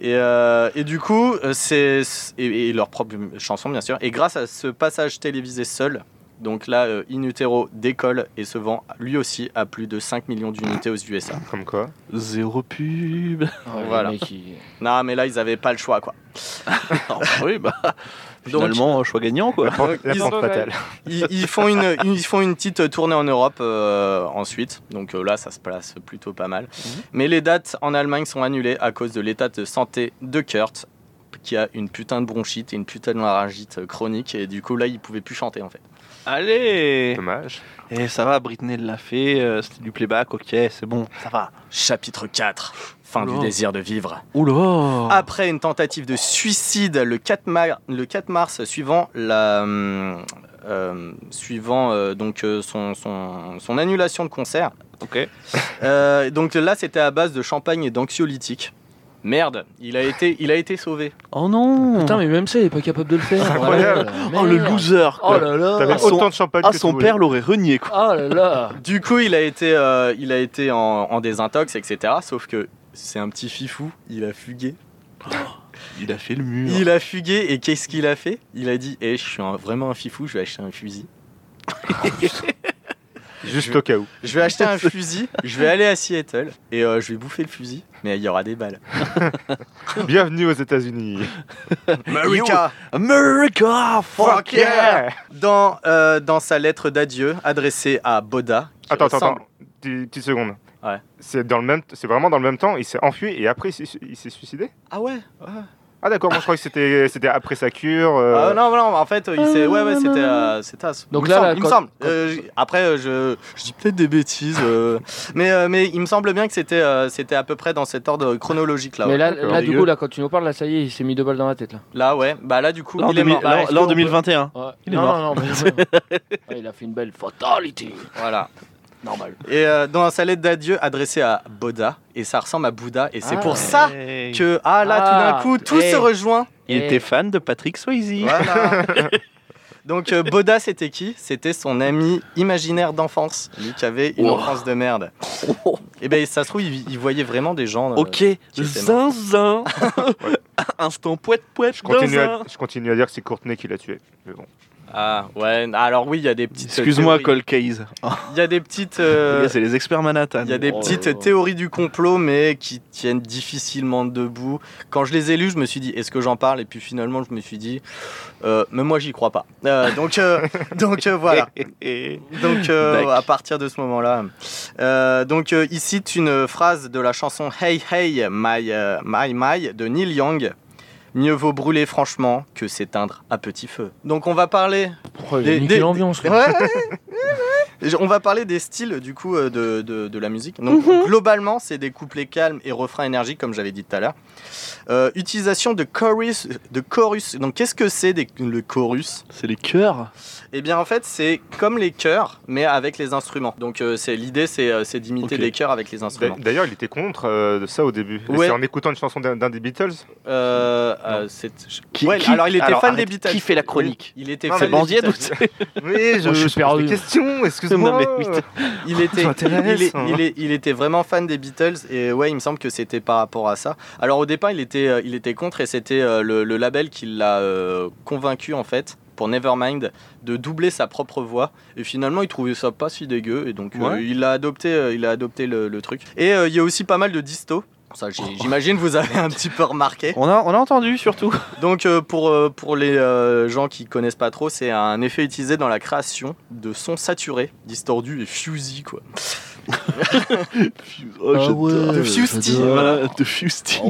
Et, euh, et du coup, euh, c'est c'est- et, et leur propre chanson bien sûr. Et grâce à ce passage télévisé seul, donc là, euh, In Utero décolle et se vend lui aussi à plus de 5 millions d'unités aux USA.
Comme quoi.
Zéro pub.
Ah, le
Voilà.
mec, il-
Non, mais là, ils avaient pas le choix, quoi.
Non, oui, bah,
Donc-
finalement, choix gagnant, quoi.
Donc,
La
ils,
pente fatale.
ils- ils font une, ils font une petite tournée en Europe euh, ensuite. Donc euh, là, ça se place plutôt pas mal.
Mhm.
Mais les dates en Allemagne sont annulées à cause de l'état de santé de Kurt, qui a une putain de bronchite et une putain de laryngite chronique. Et du coup, là, il pouvait plus chanter en fait.
Allez
Dommage.
Et ça va, Britney l'a fait, euh, c'était du playback, ok, c'est bon, ça va.
Chapitre 4. Fin
Oula.
du désir de vivre.
Oh Oula
Après une tentative de suicide le 4, mar- le 4 mars suivant, la, hum, euh, suivant euh, donc, euh, son, son- son annulation de concert,
Ok.
Euh, donc là, c'était à base de champagne et d'anxiolytiques. Merde, il a été, il a été sauvé.
Oh non
Putain, mais même ça, il est pas capable de le faire.
Incroyable.
Oh,
Oh le
merde.
loser,
Oh
quoi.
là là
T'avais
son-
autant de champagne
Ah,
que
son
tu
père l'aurait renié, quoi.
Oh là là
Du coup, il a été, euh, il a été en, en désintox, etc. Sauf que c'est un petit fifou, il a fugué.
Il a fait le mur.
Il a fugué et qu'est-ce qu'il a fait Il a dit Eh, je suis un- vraiment un fifou, je vais acheter un fusil.
voulais. Juste au cas où.
Je vais acheter un fusil, je vais aller à Seattle et euh, je vais bouffer le fusil, mais il y aura des balles.
Bienvenue aux États-Unis.
Bah
America, America, fuck yeah
Dans, euh, dans sa lettre d'adieu adressée à Boda. qui
Attends, attends,
ressemble-
attends. Petite petite seconde.
Ouais.
C'est dans le même, c'est vraiment dans le même temps. Il s'est enfui et après il s'est- il s'est suicidé.
Ah ouais, ouais.
Ah d'accord, moi je croyais que c'était, c'était après sa cure.
Ah
euh,
non, non, en fait, il s'est- ouais, ouais, c'était, euh, c'était à ce-
Donc
il me
là,
semble,
là,
il me
quand-
semble.
quand-
Euh, j- après, euh, je, je dis peut-être des bêtises, euh, mais, euh, mais il me semble bien que c'était, euh, c'était à peu près dans cet ordre chronologique là.
Mais
ouais.
là,
d'accord.
là du
Dégueu.
coup, là, quand tu nous parles, là, ça y est, il s'est mis deux balles dans la tête, là.
Là, ouais, bah là, du coup,
Là, en
il est
demi-
mort.
là,
est-ce
là, en
qu'on peut-
2021.
Ouais.
Il est
non,
mort.
non, non, mais- Ouais, il a fait une belle fatality.
Voilà.
Normal.
Et euh, dans sa lettre d'adieu adressée à Boda, et ça ressemble à Bouddha, et c'est
Ah.
pour ça que, ah là,
Ah.
tout d'un coup, tout
Eh.
se rejoint.
Il
Eh.
était fan de Patrick Swayze.
Voilà. Donc euh, Boda, c'était qui C'était son ami imaginaire d'enfance, lui qui avait une
Wow.
enfance de merde. Et ben ça se trouve, il, il voyait vraiment des gens. euh,
Ok, zinzin. Instant poète poète.
Je continue, à,
zinzin.
je continue à dire que c'est Courtenay qui l'a tué. Mais bon.
Ah ouais. Alors oui, il y a des petites. euh,
Excuse-moi,
théories.
Cole Case. Oh,
Il y a des petites. euh,
les gars, c'est les experts Manhattan.
Il y a des
Oh là
petites
là.
théories du complot, mais qui tiennent difficilement debout. Quand je les ai lues, je me suis dit, est-ce que j'en parle Et puis finalement, je me suis dit, euh, même moi, j'y crois pas. Euh, donc, euh, donc euh, voilà. Donc, euh,
Bac.
à partir de ce moment-là. euh, donc, euh, il cite une phrase de la chanson Hey Hey My euh, My My de Neil Young. Mieux vaut brûler franchement que s'éteindre à petit feu. Donc, on va parler
Oh, il a
Des-
niqué
des-
l'ambiance. quoi.
Ouais, ouais, ouais. Je- On va parler des styles du coup euh, de, de- de la musique. Donc globalement, c'est des couplets calmes et refrains énergiques, comme j'avais dit tout à l'heure. Euh, utilisation de chorus, de chorus. Donc qu'est-ce que c'est des- le chorus
C'est les cœurs.
Eh bien en fait, c'est comme les chœurs, mais avec les instruments. Donc euh, c'est l'idée, c'est euh, c'est d'imiter
Ok.
des chœurs avec les
D'a-
instruments.
D'ailleurs, il était contre euh, de ça au début. Et
Ouais.
C'est en écoutant une chanson d'un d'un des Beatles.
Euh, euh, c'est-
Ben, Qui-
Ouais,
qui-
alors il était
alors,
fan
arrête,
des Beatles.
qui fait la chronique
Il était
Non,
fan
mais
C'est
des
Banziette ou
Beatles.
c'est
Oui,
je suis
je, pose
perdu.
des questions,
Non,
excuse-moi.
mais oui,
Il était,
Oh, Ça m'intéresse,
il, est-
hein.
il est- il était vraiment fan des Beatles et ouais, il me semble que c'était par rapport à ça. Alors au départ, il était, euh, il était contre et c'était euh, le, le label qui l'a euh, convaincu en fait pour Nevermind de doubler sa propre voix. Et finalement, il trouvait ça pas si dégueu et donc euh,
Ouais.
il a adopté, euh, il a adopté le, le truc. Et euh, il y a aussi pas mal de disto. Ça,
Oh.
j'ai- j'imagine vous avez un petit peu remarqué.
on a, on a entendu surtout.
Donc euh, pour, euh, pour les euh, gens qui connaissent pas trop, c'est un effet utilisé dans la création de sons saturés, distordus et fusy quoi.
Oh, j'adore.
ouais,
De
Fusty,
Fusty,
voilà.
De Fusty.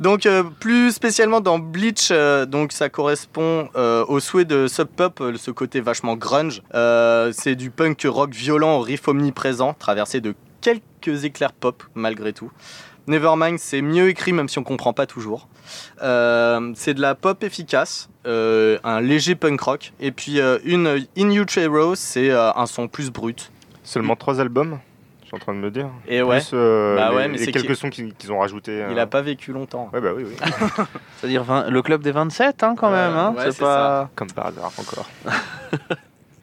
Donc euh, plus spécialement dans Bleach, euh, donc ça correspond euh, au souhait de Sub Pop, euh, ce côté vachement grunge. Euh, c'est du punk rock violent au riff omniprésent, traversé de quelques éclairs pop malgré tout. Nevermind, c'est mieux écrit même si on comprend pas toujours. Euh, c'est de la pop efficace, euh, un léger punk rock. Et puis euh, une euh, In You Hero, c'est euh, un son plus brut.
Seulement trois albums, je suis en train de me dire.
Et ouais,
Plus, euh,
Bah
les-
ouais, mais
les
c'est
quelques
qu'il-
sons qu'ils qu'ils ont rajoutés.
il
euh.
a pas vécu longtemps.
Ouais, bah oui, oui.
C'est-à-dire vingt- le club des 27, hein, quand
Ouais,
même. Hein.
ouais,
c'est
c'est
pas.
Comme par hasard, encore.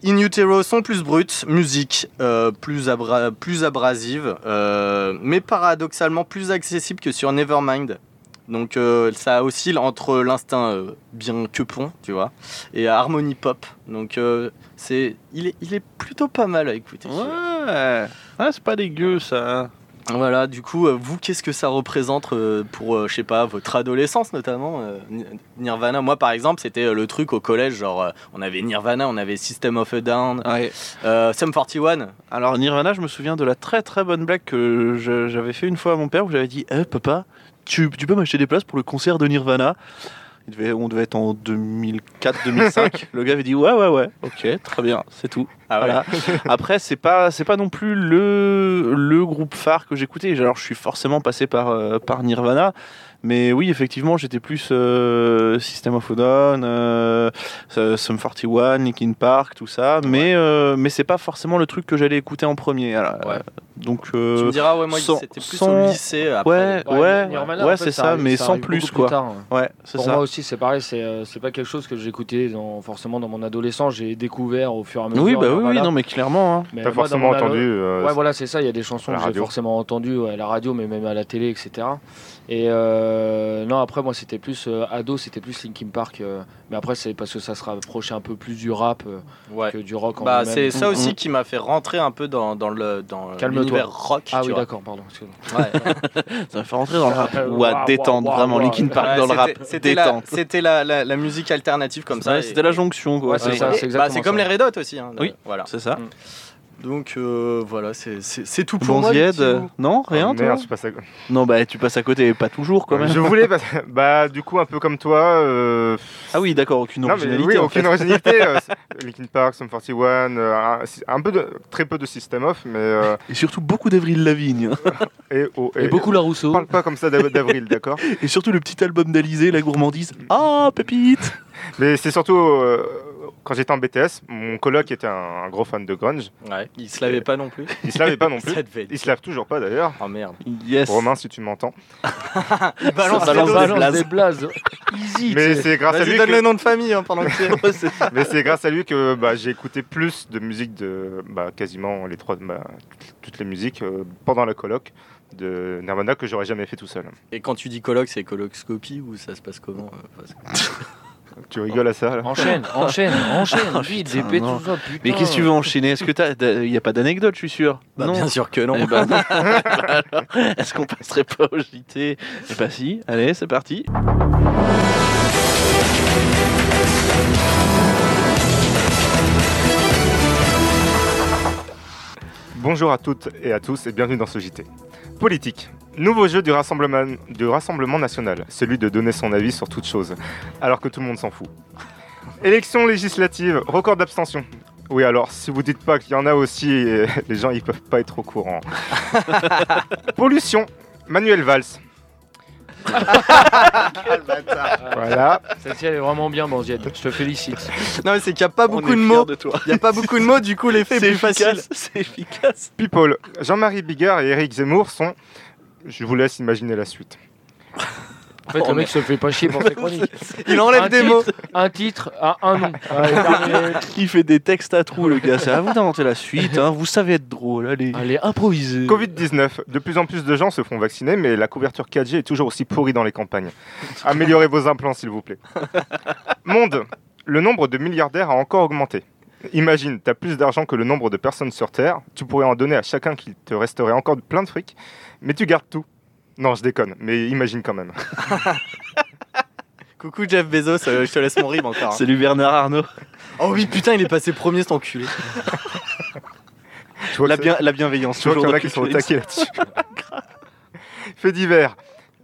In Utero sont plus brutes, musique euh, plus, abra- plus abrasive, euh, mais paradoxalement plus accessible que sur Nevermind. Donc euh, ça oscille entre l'instinct euh, bien que pont, tu vois, et harmonie pop. Donc euh, c'est, il est, il est plutôt pas mal à écouter.
Ouais. Ah, c'est pas dégueu ça.
Voilà, du coup, euh, vous, qu'est-ce que ça représente euh, pour, euh, je sais pas, votre adolescence notamment euh, Ni- Nirvana, moi par exemple, c'était euh, le truc au collège, genre, euh, on avait Nirvana, on avait System of a Down,
Ouais.
euh, Sum 41,
hein. Alors Nirvana, je me souviens de la très très bonne blague que je- j'avais fait une fois à mon père où j'avais dit Eh papa, tu, tu peux m'acheter des places pour le concert de Nirvana Il devait- On devait être en 2004-2005. le gars avait dit Ouais, ouais, ouais, ok, très bien, c'est tout.
Ah ouais.
Voilà. Après, c'est pas, c'est pas non plus le, le groupe phare que j'écoutais. Alors, je suis forcément passé par, euh, par Nirvana. Mais oui, effectivement, j'étais plus euh, System of a Down, euh, euh, Sum 41, Linkin Park, tout ça. Mais, euh, mais c'est pas forcément le truc que j'allais écouter en premier. Alors,
Ouais.
euh, donc,
Tu
euh,
me diras, ouais, moi,
sans-
c'était plus
sans-
au lycée euh,
ouais,
après.
ouais, ouais,
Nirvana, en fait,
c'est ça,
arrive-
mais sans
arrive beaucoup
plus, quoi.
tard, hein.
ouais, c'est
Pour
ça.
moi aussi, c'est pareil. C'est euh, c'est pas quelque chose que j'écoutais dans, forcément dans mon adolescence. J'ai découvert au fur et à mesure.
oui, bah oui, oui,
Nirvana.
non, mais clairement. hein.
Mais
Pas
moi, dans
forcément
mon ado-
entendu. euh,
Ouais, voilà, c'est ça. Il y a des chansons
à la
que j'ai
radio.
forcément entendues ouais, à la radio, mais même à la télé, etc. Et euh, non, après, moi, c'était plus euh, ado, c'était plus Linkin Park. euh, mais après, c'est parce que ça se rapprochait un peu plus du rap euh,
Ouais.
que du rock. en
Bah,
lui-même.
c'est ça
Mm,
aussi qui m'a fait rentrer un peu dans, dans le dans
Calme-toi.
l'univers rock.
Ah
tu
oui,
vois.
d'accord, pardon. excuse-moi.
Ouais.
Ça va faire rentrer dans le rap.
Euh,
Ou à
waouh,
détendre,
waouh,
vraiment.
waouh.
Linkin Park
Ouais,
dans le rap.
c'était- C'était la,
Détente.
c'était la, la, la musique alternative comme ça.
Ouais,
et-
C'était la jonction, quoi.
Ouais, c'est
et-
ça,
et-
c'est
bah,
exactement
comme
ça.
les Red Hot aussi. hein,
Oui.
Voilà.
C'est ça.
Donc euh, voilà, c'est- c'est c'est tout pour moi. les
Banzied,
petits
euh,
loups.
non,
ah,
rien, toi
merde, je suis passé à-
Non, bah tu passes à côté, pas toujours quand même.
Je voulais, parce- bah, du coup, un peu comme toi. euh,
Ah oui, d'accord, aucune
non, mais
originalité.
oui,
en
aucune
fait.
originalité. euh, Linkin Park, Sum 41, euh, un, un peu de, très peu de System Off, mais. euh,
Et surtout beaucoup d'Avril Lavigne. hein.
et, oh,
Et beaucoup la Rousseau.
Parle pas comme ça d'Av- d'avril, d'accord
Et surtout le petit album d'Alizé, La Gourmandise. Ah, pépite
Mais c'est surtout euh, quand j'étais en BTS, mon coloc était un, un gros fan de grunge.
Ouais, il se lavait pas non plus.
Il se lavait pas non plus.
Ça devait être-
Il se lave toujours pas d'ailleurs.
Oh merde.
Yes.
Romain, si tu m'entends.
Il balance,
balance
les
des
dos.
blazes.
des blazes. Easy.
Mais
tu sais.
c'est grâce à
Vas-y,
lui
donne
que-
le nom de famille hein, pendant que tu es.
Mais c'est grâce à lui que bah, j'ai écouté plus de musique de bah, quasiment les trois, bah, toutes les musiques euh, pendant la coloc de Nirvana que j'aurais jamais fait tout seul.
Et quand tu dis colloque, c'est colloque-scopie ou ça se passe comment euh, parce que-
Tu rigoles à ça là
Enchaîne, enchaîne, enchaîne.
Ah,
vite,
putain,
dépêche
non.
tout ça, putain.
Mais qu'est-ce que tu veux enchaîner Est-ce que t'as. t'as- Y a pas d'anecdote, je suis sûr.
Bah,
non.
Bien sûr que non.
Eh ben, non. Alors, Est-ce qu'on passerait pas au JT Eh ben si, allez, c'est parti.
Bonjour à toutes et à tous et bienvenue dans ce JT. Politique. Nouveau jeu du Rassemblement, du Rassemblement National, celui de donner son avis sur toute chose, alors que tout le monde s'en fout. Élection législative, record d'abstention. Oui alors, si vous dites pas qu'il y en a aussi, euh, les gens ils peuvent pas être au courant. Pollution, Manuel Valls. Voilà,
Celle-ci, elle est vraiment bien, Banziette. Je te félicite.
Non, mais c'est qu'il n'y a pas
ben, On
beaucoup
est
de
fiers
mots.
de toi.
Il n'y a pas beaucoup de mots, du coup, l'effet est
C'est
plus facile.
efficace, c'est efficace.
People. Jean-Marie Bigard et Eric Zemmour sont... Je vous laisse imaginer la suite.
En
Oh,
fait, le mec se fait pas chier pour ses chroniques.
Il enlève
Un
des
titre,
mots.
Un titre à un nom. Allez, terminé.
Il fait des textes à trous, le gars. C'est à vous d'inventer la suite. hein. Vous savez être drôle, allez.
Allez, improviser.
Covid-19. De plus en plus de gens se font vacciner, mais la couverture 4G est toujours aussi pourrie dans les campagnes. Améliorez vos implants, s'il vous plaît. Monde. Le nombre de milliardaires a encore augmenté. Imagine, t'as plus d'argent que le nombre de personnes sur Terre. Tu pourrais en donner à chacun qu'il te resterait encore plein de fric, mais tu gardes tout. Non, je déconne, mais imagine quand même.
Coucou Jeff Bezos, euh, je te laisse mon rib encore. hein.
Salut Ah. Bernard Arnault.
Oh oui, putain, il est passé premier, cet enculé.
Tu vois
La,
que-
bien- la bienveillance,
Tu vois
toujours.
qu'il y en
dans
a qui sont
Culture
au
X.
taquet là-dessus. Fait divers.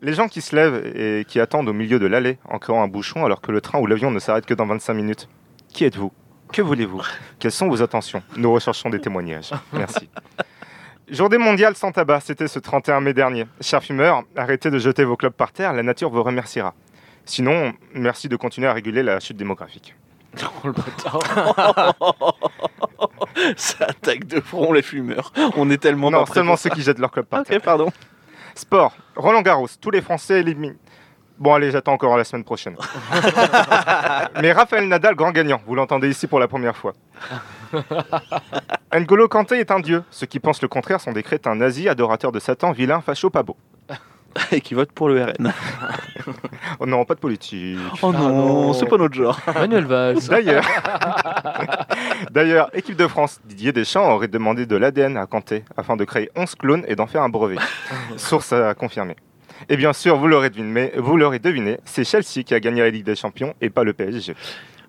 Les gens qui se lèvent et qui attendent au milieu de l'allée en créant un bouchon alors que le train ou l'avion ne s'arrête que dans 25 minutes. Qui êtes-vous Que voulez-vous Quelles sont vos intentions Nous recherchons des témoignages. Merci. Journée mondiale sans tabac, c'était ce 31 mai dernier. Chers fumeurs, arrêtez de jeter vos clopes par terre, la nature vous remerciera. Sinon, merci de continuer à réguler la chute démographique.
Oh, le bâtard.
Ça attaque de front les fumeurs. On est tellement
non,
pas prêts
seulement
pour
ceux
ça.
qui jettent leurs clopes par terre.
Ok, pardon.
Sport, Roland Garros, tous les Français éliminent. Bon allez, j'attends encore la semaine prochaine. Mais Raphaël Nadal, grand gagnant, vous l'entendez ici pour la première fois. N'Golo Kanté est un dieu. Ceux qui pensent le contraire sont des crétins nazis, adorateurs de Satan, vilains, facho, pas beaux.
Et qui vote pour le RN.
Oh non, pas de politique.
Oh non,
non.
c'est pas notre genre.
Manuel Valls.
D'ailleurs, d'ailleurs, équipe de France, Didier Deschamps aurait demandé de l'ADN à Kanté afin de créer 11 clones et d'en faire un brevet. Source à confirmer. Et bien sûr, vous l'aurez deviné, vous l'aurez deviné, c'est Chelsea qui a gagné la Ligue des Champions et pas le PSG.
et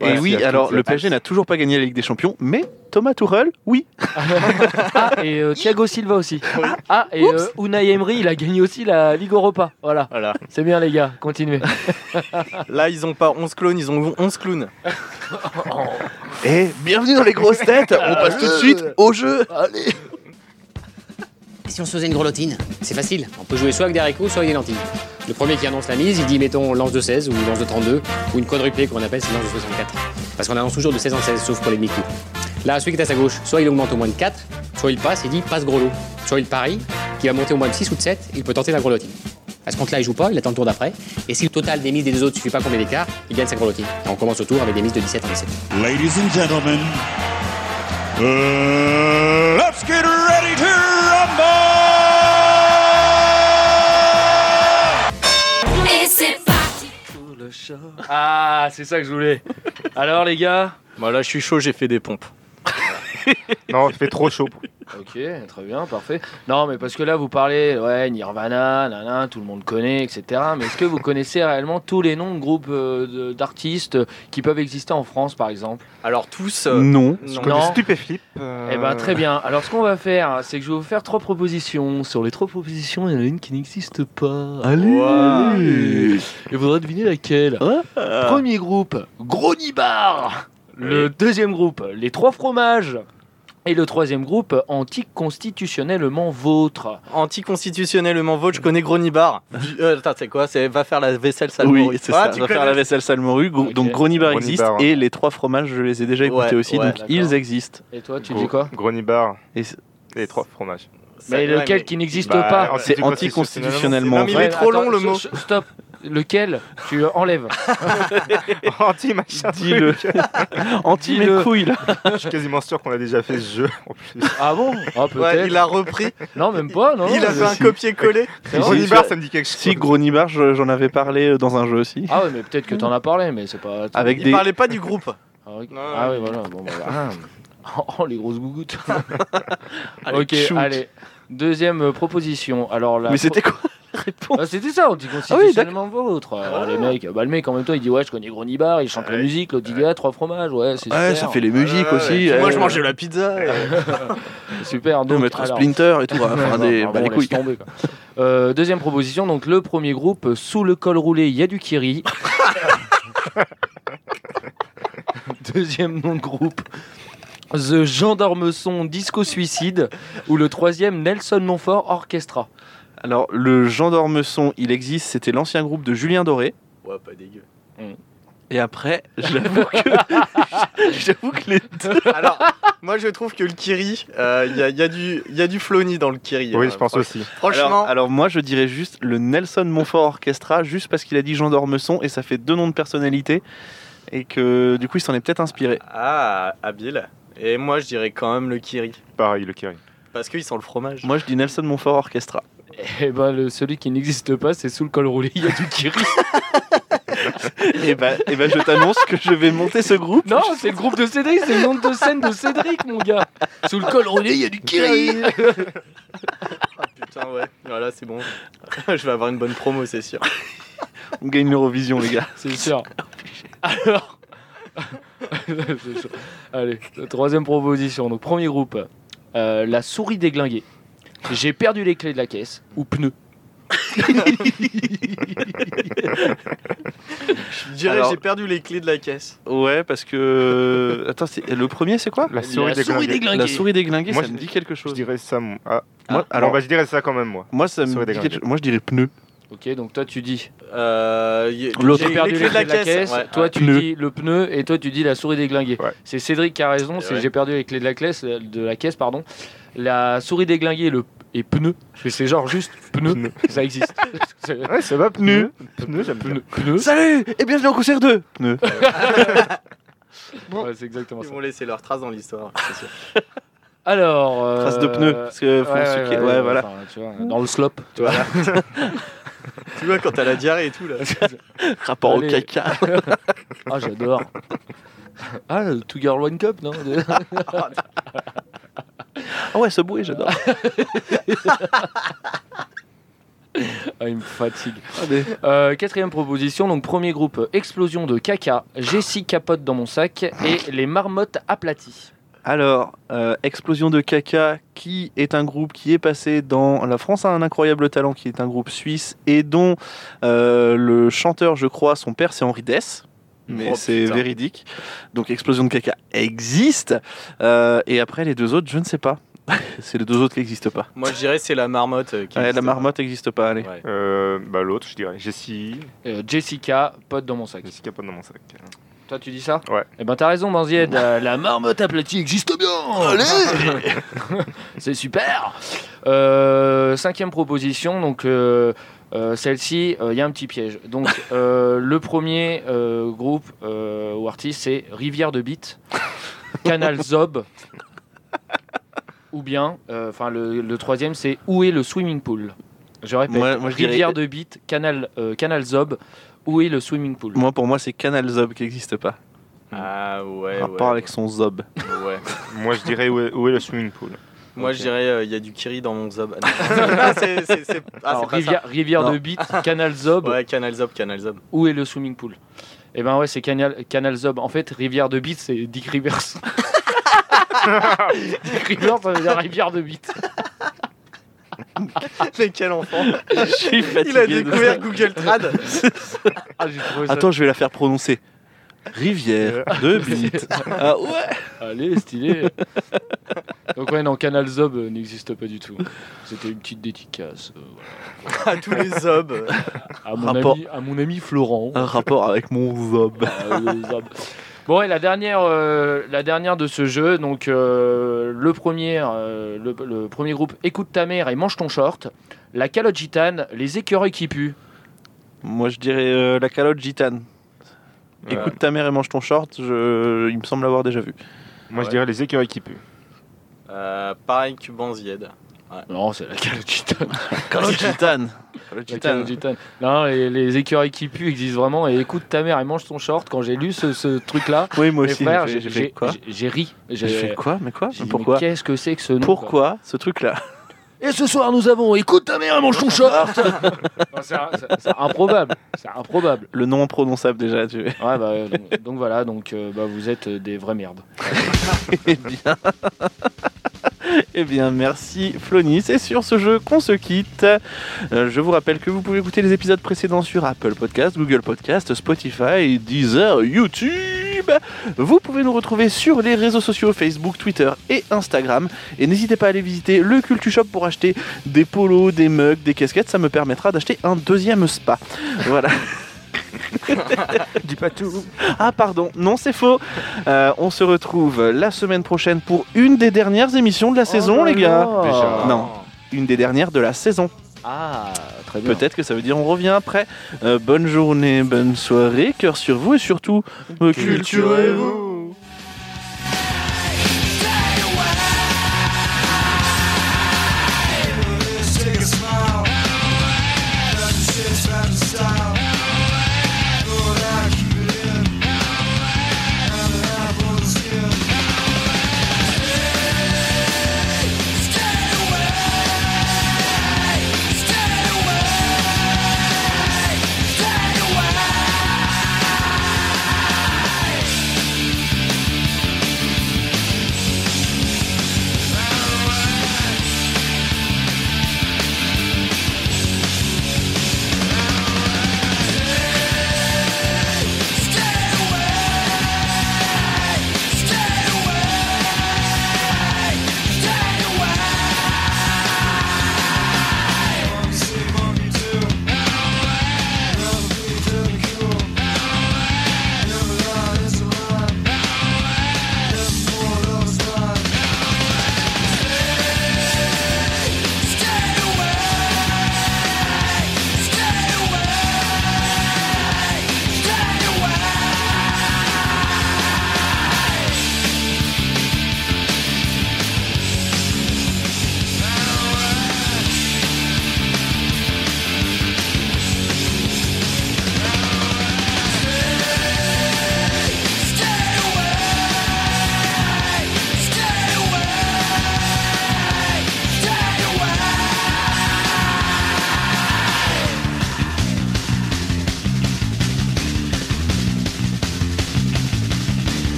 Voilà,
oui,
c'est la
alors
toute
le
la
PSG
passe.
n'a toujours pas gagné la Ligue des Champions, mais Thomas Tuchel, oui.
Ah, et euh, Thiago Silva aussi. Ah, et euh, Unai Emery, il a gagné aussi la Ligue Europa. Voilà,
Voilà.
c'est bien, les gars, continuez.
Là, ils ont pas 11 clones, ils ont 11 clowns.
Et Eh, bienvenue dans les grosses têtes. On passe tout de suite au jeu.
Si on se faisait une grelottine, c'est facile. On peut jouer soit avec des haricots, soit avec des lentilles. Le premier qui annonce la mise, il dit mettons lance de 16 ou lance de 32 ou une quadruplée qu'on appelle c'est lance de 64. Parce qu'on annonce toujours de 16 en 16, sauf pour les demi-coups. Là, celui qui est à sa gauche, soit il augmente au moins de 4, soit il passe, il dit passe gros lot. Soit il parie, qui va monter au moins de 6 ou de 7, il peut tenter la grelottine. À ce compte-là, il joue pas, il attend le tour d'après. Et si le total des mises des deux autres ne suffit pas combien d'écart, il gagne sa grelottine. Et on commence au tour avec des mises de 17 en 17.
Ladies and gentlemen, uh, let's get ready to rumble!
Et c'est parti
Ah, c'est ça que je voulais. Alors, les gars
Moi, là, je suis chaud, j'ai fait des pompes.
Non, il fait trop chaud.
Ok, très bien, parfait. Non, mais parce que là, vous parlez, ouais, Nirvana, nanan, tout le monde connaît, etc. Mais est-ce que vous connaissez réellement tous les noms de groupes euh, de- d'artistes qui peuvent exister en France, par exemple
Alors, tous. euh,
Non.
non.
connais- Non.
Stupéflip. euh,
Eh ben très bien. Alors ce qu'on va faire, c'est que je vais vous faire trois propositions. Sur les trois propositions, il y en a une qui n'existe pas. Allez,
Ouah.
allez. Et vous devrez deviner laquelle.
Euh, Ah.
Premier groupe, Gros Nibar. Le deuxième groupe, Les Trois Fromages. Et le troisième groupe, anticonstitutionnellement vôtre.
Anticonstitutionnellement vote, je connais Gronibar. Du- euh, attends, c'est quoi C'est va faire la vaisselle sale
Oui,
Maurice.
c'est
Ah,
ça.
tu
va faire
connais.
la vaisselle salmoru. Gro-
Ok.
Donc Gronibar
Gronibar,
existe
hein.
et les trois fromages, je les ai déjà écoutés
Ouais,
aussi.
ouais,
donc
d'accord.
ils existent.
Et toi, tu
Gros-
dis quoi
Gronibar
Et
et
c'est-
les trois fromages.
Ça-
Mais
ouais,
lequel
mais-
qui n'existe
Bah,
pas
anti-
C'est anticonstitutionnellement
Non, mais il est
vrai.
trop long, le
s-
mot.
s- Stop. Lequel tu enlèves
Anti machin.
Dis-le.
truc.
Anti mes
Dis-le.
couilles là.
Je suis quasiment sûr qu'on a déjà fait ce jeu en plus.
Ah bon Ah peut-être. Oh,
Ouais, il a repris,
Non, même pas, non.
il a
non,
fait un
si.
copier-coller.
c'est vrai.
Gronibar, ça me dit quelque chose.
Si Gronibar, je- j'en avais parlé euh, dans un jeu aussi.
Ah ouais, mais peut-être que t'en as parlé, mais c'est pas.
Avec
Il
des
parlait pas du groupe.
Ah, ok.
Non,
Ah oui,
non.
voilà. Bon, bah, voilà. Oh, les grosses gougoutes.
Allez,
ok,
shoot.
allez. Deuxième euh, proposition. Alors là.
Mais c'était quoi la réponse
Bah, c'était ça, on dit
Ah
constitutionnellement vôtre. Alors, les mecs, bah, le mec en même temps il dit Ouais, je connais Gronibar, il chante la musique, l'autre dit Ah, trois fromages, ouais, c'est
Ouais, ça
super.
fait les musiques
Ouais,
aussi.
et puis
euh,
Moi, je mangeais la pizza. et-
Super,
de
donc.
mettre
alors-
Splinter et tout. Enfin,
Ouais,
des
bah,
bah,
bon,
les
laisse
couilles.
tomber, quoi. Euh, deuxième proposition, donc le premier groupe, euh, sous le col roulé, il y a du Kiri. deuxième nom de groupe, The Gendarmeson Disco Suicide, ou le troisième, Nelson Montfort Orchestra.
Alors, le gendarmeson, il existe. C'était l'ancien groupe de Julien Doré.
Ouais, pas dégueu.
Et après, j'avoue que. j'avoue que les deux.
Alors, moi, je trouve que le Kiri, euh, il y, a, il y a du- il y a du floni dans le Kiri.
Oui,
Euh,
je pense
fran-
aussi.
Franchement,
Alors, alors moi, je dirais juste le Nelson Montfort Orchestra, juste parce qu'il a dit Jean d'Ormesson et ça fait deux noms de personnalités. Et que du coup, il s'en est peut-être inspiré.
ah, habile. Et moi, je dirais quand même le Kiri.
Pareil, le Kerry.
Parce qu'ils sent le fromage.
Moi, je dis Nelson Montfort Orchestra.
Et ben le, celui qui n'existe pas, c'est sous le col roulé, il y a du Kiri.
Et bah, et bah je t'annonce que je vais monter ce groupe.
non, c'est le groupe de Cédric, c'est le nom de scène de Cédric, mon gars. Sous le col roulé, il y a du Kiri.
Ah, putain, ouais. Voilà, c'est bon. je vais avoir une bonne promo, c'est sûr.
On gagne l'Eurovision, les gars.
C'est sûr. Alors. C'est sûr. Allez, la troisième proposition. Donc, premier groupe euh, La souris déglinguée. J'ai perdu les clés de la caisse. Ou pneu.
Je dirais,
Alors-
j'ai perdu les clés de la caisse.
Ouais, parce que. euh, Attends, c'est- le premier, c'est quoi
La souris
la
des
souris
Greniers.
déglinguée.
La souris déglinguée,
Moi,
ça
je-
me dit quelque
Je
chose.
dirais ça. mon- Ah,
Moi,
alors,
alors,
bah, je dirais ça quand même, moi.
moi, ça me
souris
dit
déglinguée.
quelque chose. Moi, je dirais pneu.
Ok, donc toi tu dis.
Euh, y-
L'autre.
j'ai
J'ai perdu les clés de la caisse.
ouais.
toi tu
Pneu.
dis le pneu et toi tu dis la souris déglinguée.
Ouais.
C'est Cédric qui a raison. C'est
ouais.
j'ai perdu les clés de la caisse. euh, De la caisse, pardon. La souris déglinguée le et pneu. C'est- C'est genre juste pneu. Ça existe. C'est-
Ouais, ça va, pneu. Pneu, j'aime bien.
pneu. pneu.
Salut Eh Et bienvenue en concert 2 Pneu.
Ouais, c'est exactement
Ils
ça.
vont laisser leur trace dans l'histoire. c'est sûr.
Alors. euh,
Trace de pneu. Parce que faut
ouais,
suquer.
ouais,
Ouais,
ouais,
voilà.
enfin, tu vois, dans le slop, tu vois.
tu vois, quand t'as la diarrhée et tout, là.
Rapport au
Allez.
caca.
Ah, j'adore. Ah, le Two Girl One Cup, non
Ah ouais, Subway, j'adore.
Ah, il me fatigue. Euh, quatrième proposition, donc premier groupe Explosion de caca, j'ai six capotes dans mon sac et les marmottes aplaties.
Alors, euh, Explosion de caca, qui est un groupe qui est passé dans La France a un incroyable talent, qui est un groupe suisse et dont euh, le chanteur, je crois, son père, c'est Henri Dess. Mais
Oh,
c'est
putain.
véridique. Donc, Explosion de caca existe. Euh, et après, les deux autres, je ne sais pas. c'est les deux autres qui n'existent pas.
Moi, je dirais, c'est la marmotte. euh, qui
Ouais,
existe
la
pas.
marmotte n'existe pas, allez.
Ouais.
Euh, bah, l'autre, je dirais. Jessie.
Euh, Jessica, pote dans mon sac.
Jessica pas dans mon sac.
Toi, tu dis ça
Ouais.
Eh ben, t'as raison, Banzied. euh, la marmotte aplatie existe bien. Allez C'est super. Euh, cinquième proposition. Donc, euh, euh, celle-ci, il y a un petit piège. Donc, euh, le premier euh, groupe euh, ou artiste, c'est Rivière de Bite, Canal Zob. Ou bien, euh, enfin, le, le troisième, c'est Où est le swimming pool Je répète,
Moi- moi, je dirais-
Rivière de Bite, Canal, euh, Canal Zob. Où est le swimming pool
Moi, pour moi, c'est Canal Zob qui n'existe pas.
Ah, ouais.
Rapport
ouais,
avec son Zob.
ouais.
Moi, je dirais où est, où est le swimming pool.
Moi,
Ok.
je dirais, il y a du Kiri dans mon zob. Ah, non. c'est, c'est, c'est- ah,
Alors,
c'est pas
rivière, rivière
Non.
de Bite, Canal Zob,
ça. Ouais, Canal Zob, Canal Zob.
où est le swimming pool Eh ben ouais, c'est Canal, Canal Zob. En fait, rivière de Bite, c'est Dick Rivers. Dick Rivers, ça veut dire rivière de Bite.
Mais quel enfant
Je suis
Il a
fatigué de ça.
découvert Google Trad.
Ah, j'ai trouvé ça.
Attends, je vais la faire prononcer. Rivière de bite. Ah ouais
Allez, stylé. Donc ouais, non, Canal Zob euh, n'existe pas du tout. C'était une petite dédicace. euh,
à tous les zobs.
voilà. à, mon
Rapport. Ah.
ami, à mon ami Florent.
Un rapport avec mon zob.
Ah, les hommes. Bon et la dernière, euh, la dernière de ce jeu, donc euh, le premier, euh, le, le premier groupe écoute ta mère et mange ton short, la calotte gitane, les écureuils qui puent.
Moi, je dirais euh, la calotte gitane.
Ouais.
Écoute ta mère et mange ton short, je- il me semble l'avoir déjà vu.
Moi,
Ouais.
je dirais les écureuils qui puent.
Euh, pareil que Banzied.
Non, c'est la calotte gitane.
Calotte gitane. Calotte
La
gitane.
calotte gitane. Non, les, les écureuils qui puent existent vraiment et écoute ta mère et mange ton short. Quand j'ai lu ce, ce truc-là,
Oui, moi
mes
aussi,
frères,
j'ai
j'ai
j'ai fait quoi
j'ai- j'ai ri.
J'ai fait quoi Mais quoi
j'ai dit,
Pourquoi
mais Qu'est-ce que c'est que ce nom quoi
Pourquoi ce truc-là
Et ce soir, nous avons Écoute ta mère, elle mange ton short Non, C'est un- c'est- c'est improbable. C'est improbable.
Le nom imprononçable déjà, tu
Ouais, bah, euh, donc, donc voilà, donc euh, bah, vous êtes euh, des vraies merdes.
Eh bien, eh bien merci Flony. C'est sur ce jeu qu'on se quitte. Euh, je vous rappelle que vous pouvez écouter les épisodes précédents sur Apple Podcast, Google Podcast, Spotify, Deezer, YouTube. Vous pouvez nous retrouver sur les réseaux sociaux Facebook, Twitter et Instagram. Et n'hésitez pas à aller visiter le Cultu Shop pour acheter des polos, des mugs, des casquettes. Ça me permettra d'acheter un deuxième spa. Voilà. Dis pas tout. Ah pardon, non c'est faux. Euh, on se retrouve la semaine prochaine pour une des dernières émissions de la saison, les gars.
Déjà.
Non, une des dernières de la saison.
Ah, très bien.
Peut-être que ça veut dire on revient après. Euh, bonne journée, bonne soirée, cœur sur vous et surtout, euh, culturez-vous.